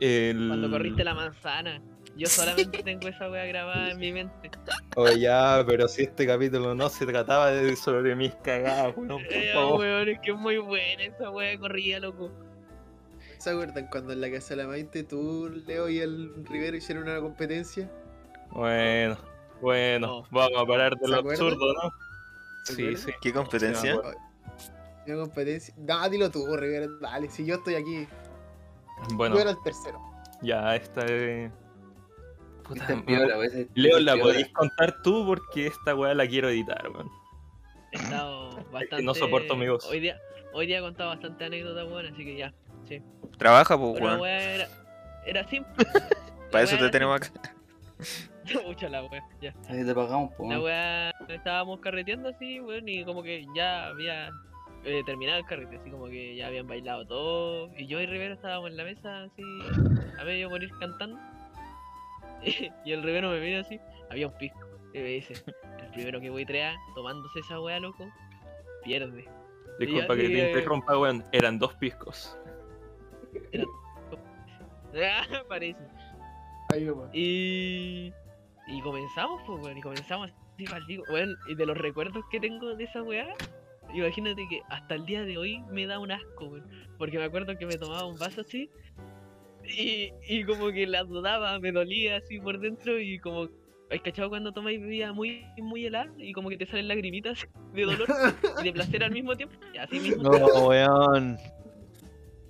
El-
Cuando corriste la manzana. Yo solamente tengo esa weá grabada en mi mente.
Oh, ya, pero si este capítulo no se trataba de sobre mis cagadas, weón, por
Eh,
Oh.
favor.
weón, es que es muy buena esa weá de corrida, loco.
¿Se acuerdan cuando en la casa de la Maite tú, Leo y el Rivero hicieron una competencia?
Bueno, bueno,
No.
vamos a parar de
¿Se
lo
acuerdan?
absurdo, ¿no?
¿Se
Sí,
acuerdan?
sí.
¿Qué competencia?
acuerdo.
Una competencia. No, dilo tú, Rivera. Dale, si yo estoy aquí,
Bueno,
yo era el tercero.
ya esta es.
Esta es piola, weón, esa es-
Leo,
esa Este es
la
piola.
podéis contar tú porque esta weá la quiero editar, weón.
He estado bastante.
no soporto mi voz.
Hoy día, hoy día he contado bastante anécdotas buenas, así que ya.
Trabaja, pues,
Pero la
weón.
wea era, era simple.
Para eso te tenemos acá.
Mucha la wea, ya.
Ahí te pagamos, po,
La
weón.
weá, estábamos carreteando así, weón, y como que ya había eh, terminado el carrete, así como que ya habían bailado todo. Y yo y Rivero estábamos en la mesa, así, a medio morir cantando. y el Rivero me mira así, había un pisco. Y me dice, el primero que buitrea tomándose esa weá, loco, pierde.
Disculpa
Ya,
que
sí, eh.
te interrumpa, weón. Eran dos piscos.
Parece.
Ahí nomás.
Y, y comenzamos, pues, weón, y comenzamos así pal pico. Weón, y de los recuerdos que tengo de esa weá, imagínate que hasta el día de hoy me da un asco, weón. Porque me acuerdo que me tomaba un vaso así, y, y como que la dudaba, me dolía así por dentro, y como, ¿hay cachado cuando tomáis bebida muy, muy helada? Y como que te salen lagrimitas de dolor y de placer al mismo tiempo, y así mismo.
No, weón.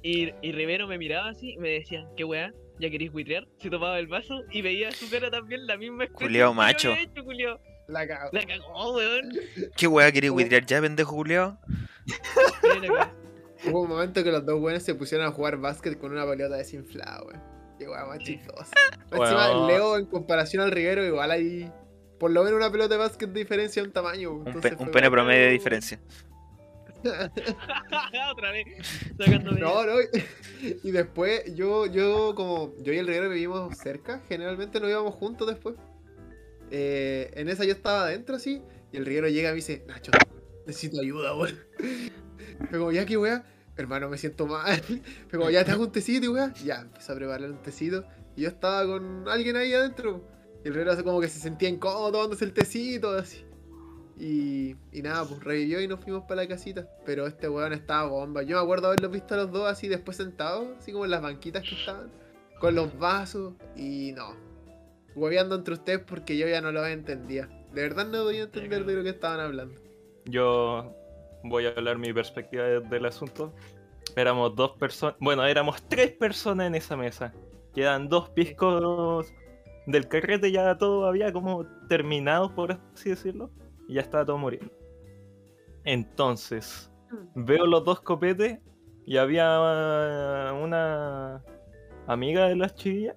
Y, y Rivero me miraba así y me decía, ¿qué weá? ¿Ya querís buitrear? Se tomaba el vaso y veía su cara también la misma expresión
Culeado
que yo
macho.
había hecho, culiao.
La cago.
La cagó, weón.
¿Qué weá querés huidrear ya, pendejo culiao?
Sí, la cagó.
Hubo un momento que los dos buenos se pusieron a jugar básquet con una pelota desinflada, weón. Qué weón más
Sí.
chistosa.
Bueno.
Encima, Leo, en comparación al Rivero, igual hay por lo menos una pelota de básquet de diferencia en tamaño.
Un,
entonces
pe-
fue
un pene
como-
promedio de diferencia.
Otra vez, sacándome.
No, no. Y después, yo, yo como yo y el Rivero vivimos cerca, generalmente nos íbamos juntos después. Eh, en esa yo estaba adentro, sí, y el Rivero llega y me dice, Nacho, necesito ayuda, weón. Fue como, ya que weá, hermano, me siento mal. Fue como, ya te hago un tecito, y weá. Ya, empezó a preparar un tecito. Y yo estaba con alguien ahí adentro. Y el Rivero así como que se sentía incómodo tomándose el tecito, así. Y, y nada, pues revivió y nos fuimos para la casita. Pero este weón estaba bomba. Yo me acuerdo haberlos visto a los dos así después sentados, así como en las banquitas que estaban, con los vasos y no. Hueveando entre ustedes porque yo ya no los entendía. De verdad no podía entender de lo que estaban hablando.
Yo voy a hablar mi perspectiva de- del asunto. Éramos dos personas. Bueno, éramos tres personas en esa mesa. Quedan dos piscos del carrete, ya todo había como terminado, por así decirlo. Y ya estaba todo muriendo. Entonces, veo los dos copetes y había una amiga de las chivillas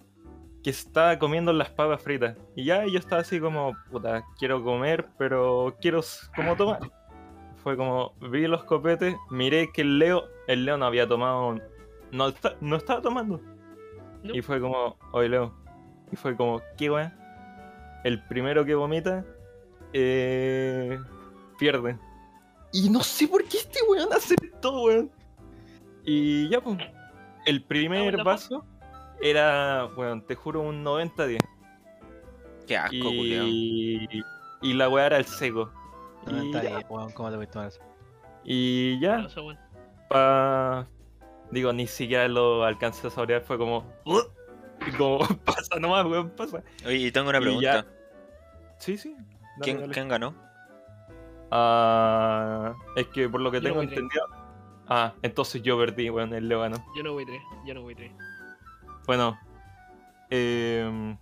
que estaba comiendo las papas fritas. Y ya yo estaba así como, puta, quiero comer, pero quiero s- como tomar. Fue como, vi los copetes, miré que el Leo, el Leo no había tomado, no, esta- no estaba tomando.
No.
Y fue como, oye Leo. Y fue como, qué weón. El primero que vomita, eh, pierde. Y no sé por qué este weón aceptó, weón. Y ya, pues. El
Vamos,
primer
la
vaso era, weón, te juro, un 90-10.
Qué asco, culiao.
Y, y la weá era el seco.
No,
Y,
Ah, está
ya,
bien, weón. ¿Cómo te voy a tomar eso?
y ya,
Eso, weón.
pa- Digo, ni siquiera lo alcancé a saborear, fue como. "Ugh", y como, pasa nomás, weón, pasa.
Oye, y tengo una
Y ya.
pregunta.
Sí, sí. dale,
¿Quién,
dale.
quién ganó?
Ah, es que por lo que
Yo
tengo
voy tres.
entendido. Ah, entonces yo perdí, weón, el Leo ganó.
Yo no voy tres, yo no voy tres.
Bueno, em,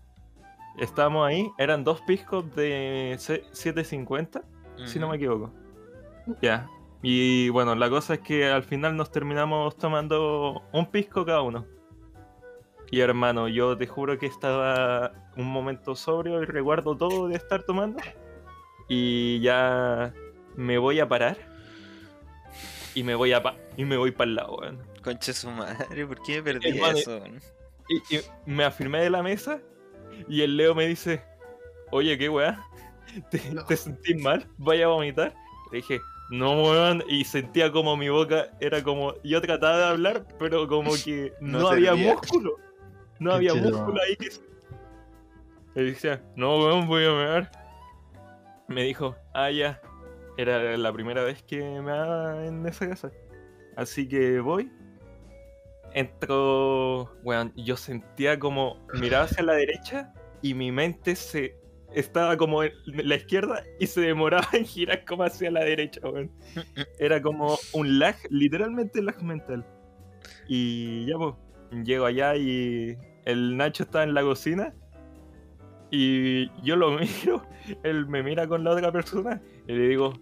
estábamos ahí, eran dos piscos de se- 750, si
Mm,
no me equivoco. Ya. Y bueno, la cosa es que al final nos terminamos tomando un pisco cada uno. Y hermano, yo te juro que estaba un momento sobrio y recuerdo todo de estar tomando. Y ya me voy a parar. Y me voy a pa- y me voy para el lado, weón.
Conche su madre, ¿por qué me perdí
Hermano,
eso? weón?
Y, y me afirmé de la mesa y el Leo me dice, oye, qué weá, ¿te,
No.
te sentís mal? ¿Vaya a vomitar? Le dije, no, weón, y sentía como mi boca era como, yo trataba de hablar, pero como que no,
No
había
servía.
músculo, no
Qué
había
chido.
músculo ahí que... Le dije, no, weón, voy a mear. Me dijo, ah, ya, era la primera vez que me daba en esa casa. Así que voy. Entro. Weón, yo sentía como. Miraba hacia la derecha y mi mente se. estaba como en la izquierda y se demoraba en girar como hacia la derecha, weón.
Mm,
Era como un lag, literalmente lag mental. Y ya, pues, llego allá y el Nacho está en la cocina. Y yo lo miro, él me mira con la otra persona y le digo,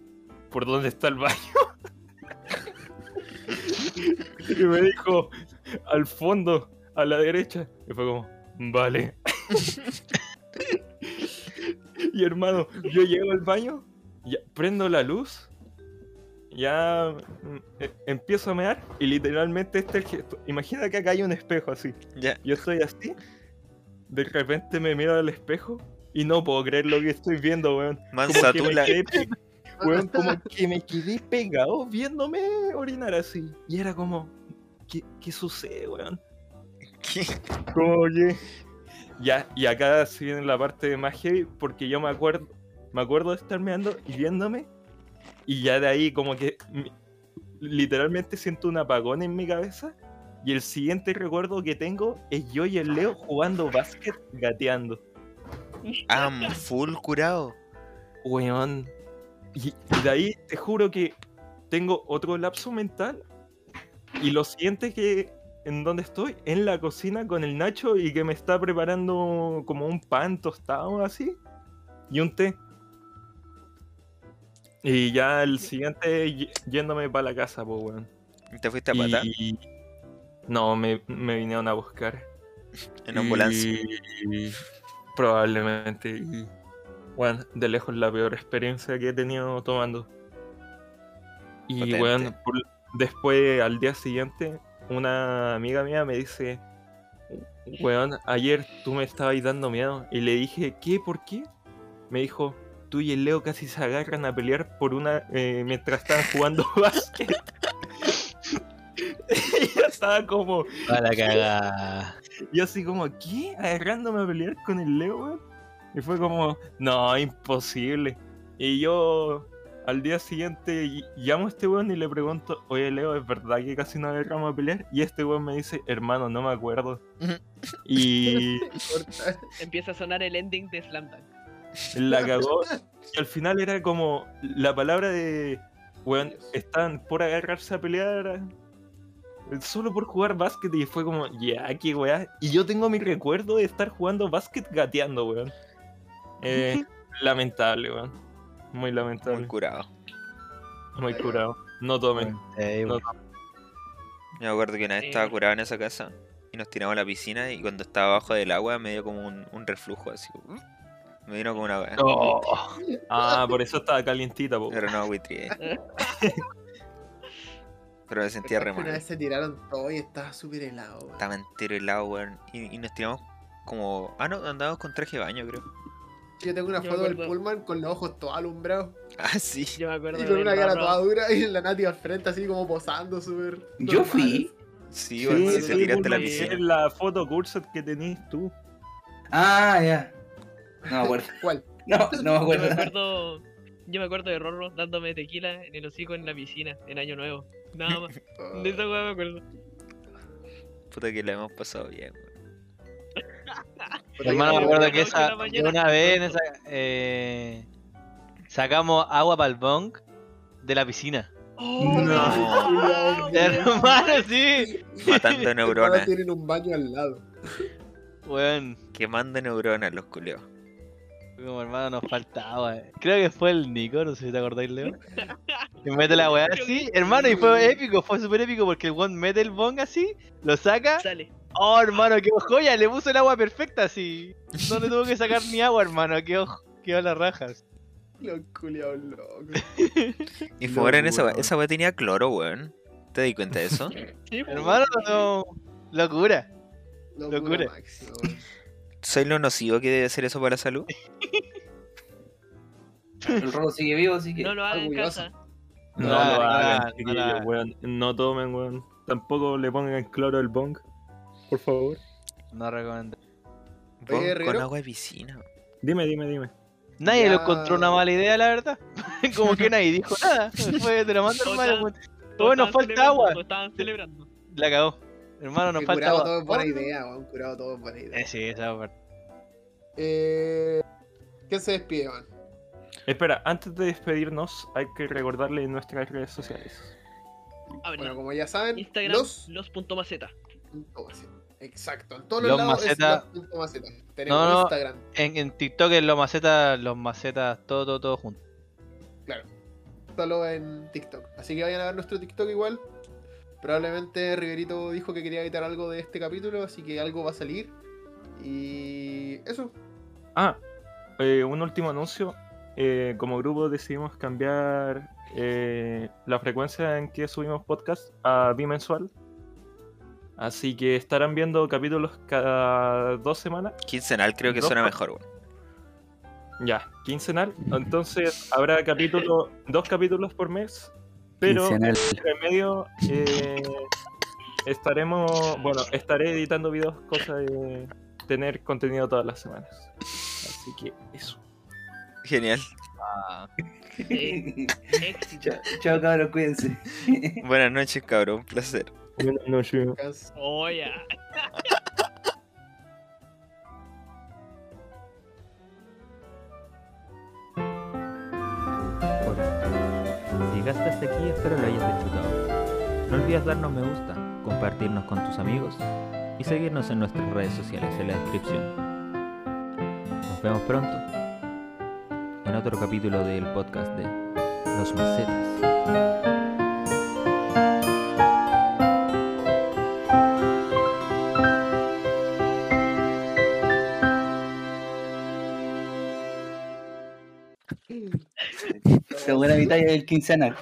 ¿por dónde está el baño? y me dijo, al fondo, a la derecha. Y fue como, vale. y hermano, yo llego al baño, ya- prendo la luz, ya mm, eh, empiezo a mear y literalmente este es el gesto. Imagina que acá hay un espejo así.
Ya.
Yo estoy así, de repente me miro al espejo y no puedo creer lo que estoy viendo, weón. Como que me
Mansatula.
quedé pe- weón, como que me quedé pegado viéndome orinar así. Y era como, ¿qué, qué sucede, weón? Como que- Ya, y acá se viene la parte más heavy porque yo me acuerdo, me acuerdo de estar meando y viéndome. Y ya de ahí como que mi- literalmente siento un apagón en mi cabeza. Y el siguiente recuerdo que tengo es yo y el Leo jugando básquet gateando.
Am, Ah, full curado.
Weón. Y, y de ahí te juro que tengo otro lapso mental. Y lo siguiente que en donde estoy, en la cocina con el Nacho y que me está preparando como un pan tostado así y un té. Y ya el siguiente y- yéndome para la casa, pues weón.
¿Y ¿Te fuiste a patar?
Y- No, me, me vinieron a buscar.
En ambulancia.
Y- Probablemente. y- Bueno, de lejos la peor experiencia que he tenido tomando. Y
Potente.
bueno, por- después al día siguiente, una amiga mía me dice, weón, ayer tú me estabas dando miedo. Y le dije, ¿qué? ¿Por qué? Me dijo, tú y el Leo casi se agarran a pelear por una eh, mientras estaban jugando básquet. y yo estaba como,
A la cagada.
yo así como, ¿qué? Agarrándome a pelear con el Leo, weón. Y fue como, no, imposible. Y yo al día siguiente ll- llamo a este weón y le pregunto, oye Leo, ¿es verdad que casi nos agarramos a pelear? Y este weón me dice, hermano, no me acuerdo. y
Corta.
Empieza a sonar el ending de Slam Dunk.
la cagó. Y al final era como la palabra de, weón, están por agarrarse a pelear eh, solo por jugar básquet. Y fue como, ya, qué weá. Y yo tengo mi recuerdo de estar jugando básquet gateando, weón. Eh, lamentable, weón. Muy
Full
lamentable.
curado.
Muy curado. No tomen.
Eh,
No,
bueno.
Me acuerdo que una vez estaba
Sí.
curado en esa casa y nos tiramos a la piscina y cuando estaba abajo del agua me dio como un, un reflujo así. como, "Mm". Me vino como una weá.
Oh. Ah, por eso estaba calientita, po.
Pero no agüitrié.
¿Eh?
Pero me sentía re
Una
mal.
vez se tiraron todo y estaba súper helado. weón.
Estaba entero helado, weón. Y, y nos tiramos como. Ah, no, andábamos con traje de baño, creo.
Yo tengo una
Yo me
foto del
acuerdo.
Pullman con los ojos todos alumbrados.
Ah, sí.
Yo me acuerdo
Y con
del
una cara
Rorro.
toda dura y la Nati al frente así como posando súper...
Yo
normal.
fui.
Sí, weón, si
sí,
te tiraste a la
porque-
piscina.
Es la foto curset que tenés tú.
Ah, ya. No me acuerdo.
¿Cuál?
No, no me
Yo me
acuerdo.
acuerdo, yo me acuerdo de Rorro dándome tequila en el hocico en la piscina en Año Nuevo. Nada más. De esa weá me acuerdo.
Puta que la hemos pasado bien, weón.
Oh,
Hermano, me acuerdo que esa,
Ocho de la
que
mañana.
una vez en esa, eh, sacamos agua para el bong de la piscina.
No.
Hermano, sí.
Matando
Ahora
neuronas.
tienen un baño al lado.
Weón,
Quemando neuronas los culeos.
como hermano nos faltaba. eh. Creo que fue el Nico, no sé si te acordáis, Leo. Que mete la weá así, hermano, y fue épico, fue súper épico porque el weón mete el bong así, lo saca.
Sale.
Oh, hermano, qué joya, le puso el agua perfecta así. No le tuvo que sacar ni agua, hermano, qué ojo. Quedó las rajas.
Los culiados locos.
Y fumar en esa weá. Esa weá tenía cloro, weón. ¿Te di cuenta de eso?
Sí, pues, po.
Hermano, no. Locura.
Locura
Locura.
máxima, weón.
¿Sabes lo nocivo que debe ser eso para la salud?
El robo sigue vivo, así que.
No lo hagan en
orgulloso.
casa.
No
Ah,
lo hagan,
ah,
chiquillos,
ah.
weón. No tomen, weón. Tampoco le pongan cloro al bong. Por favor.
No recomiendo.
Bon, con
Guerrero.
agua de piscina.
Dime, dime, dime.
Nadie lo
Ya.
encontró una mala idea, la verdad. Como que nadie dijo nada. Fue de la mano,
Total.
hermano. weón.
Todos
Bueno,
estaban
falta
celebrando,
agua.
todos estaban celebrando.
La cagó. Hermano, nos
Que
falta
curado
agua.
todo es buena idea, weón. Curado todo es buena idea.
Eh, sí, esa es verdad.
Eh, ¿Quién se despide, man?
Espera, antes de despedirnos, hay que recordarle nuestras redes sociales.
Abre
Bueno, como ya saben,
Instagram,
los...
los.maceta.
Exacto, en todos los,
Los
lados es
Maceta.
los.maceta. Tenemos
No, no.
Instagram,
En, en TikTok en los macetas, los macetas, todo, todo, todo junto.
claro. Solo en TikTok. Así que vayan a ver nuestro TikTok igual. Probablemente Riverito dijo que quería editar algo de este capítulo, así que algo va a salir. Y eso.
Ah, eh, un último anuncio. Eh, como grupo decidimos cambiar eh, la frecuencia en que subimos podcast a bimensual. Así que estarán viendo capítulos cada dos semanas.
Quincenal creo que
Dos
suena
pa-
mejor, weón.
Ya, quincenal. Entonces habrá capítulo, dos capítulos por mes. Pero
Quincenal.
entre medio eh, estaremos, bueno, estaré editando videos, cosa de tener contenido todas las semanas. Así que eso.
Genial.
Eh, éxito.
Chao- Chao, cabros, cuídense.
Buenas noches, cabrón. Un placer.
Buenas noches.
Cans-
Oh, ya.
Hola. Si llegaste hasta aquí, espero lo hayas disfrutado. No olvides darnos me gusta, compartirnos con tus amigos y seguirnos en nuestras redes sociales en la descripción. Nos vemos pronto en otro capítulo del podcast de Los Macetas.
Según la mitad del quincenal.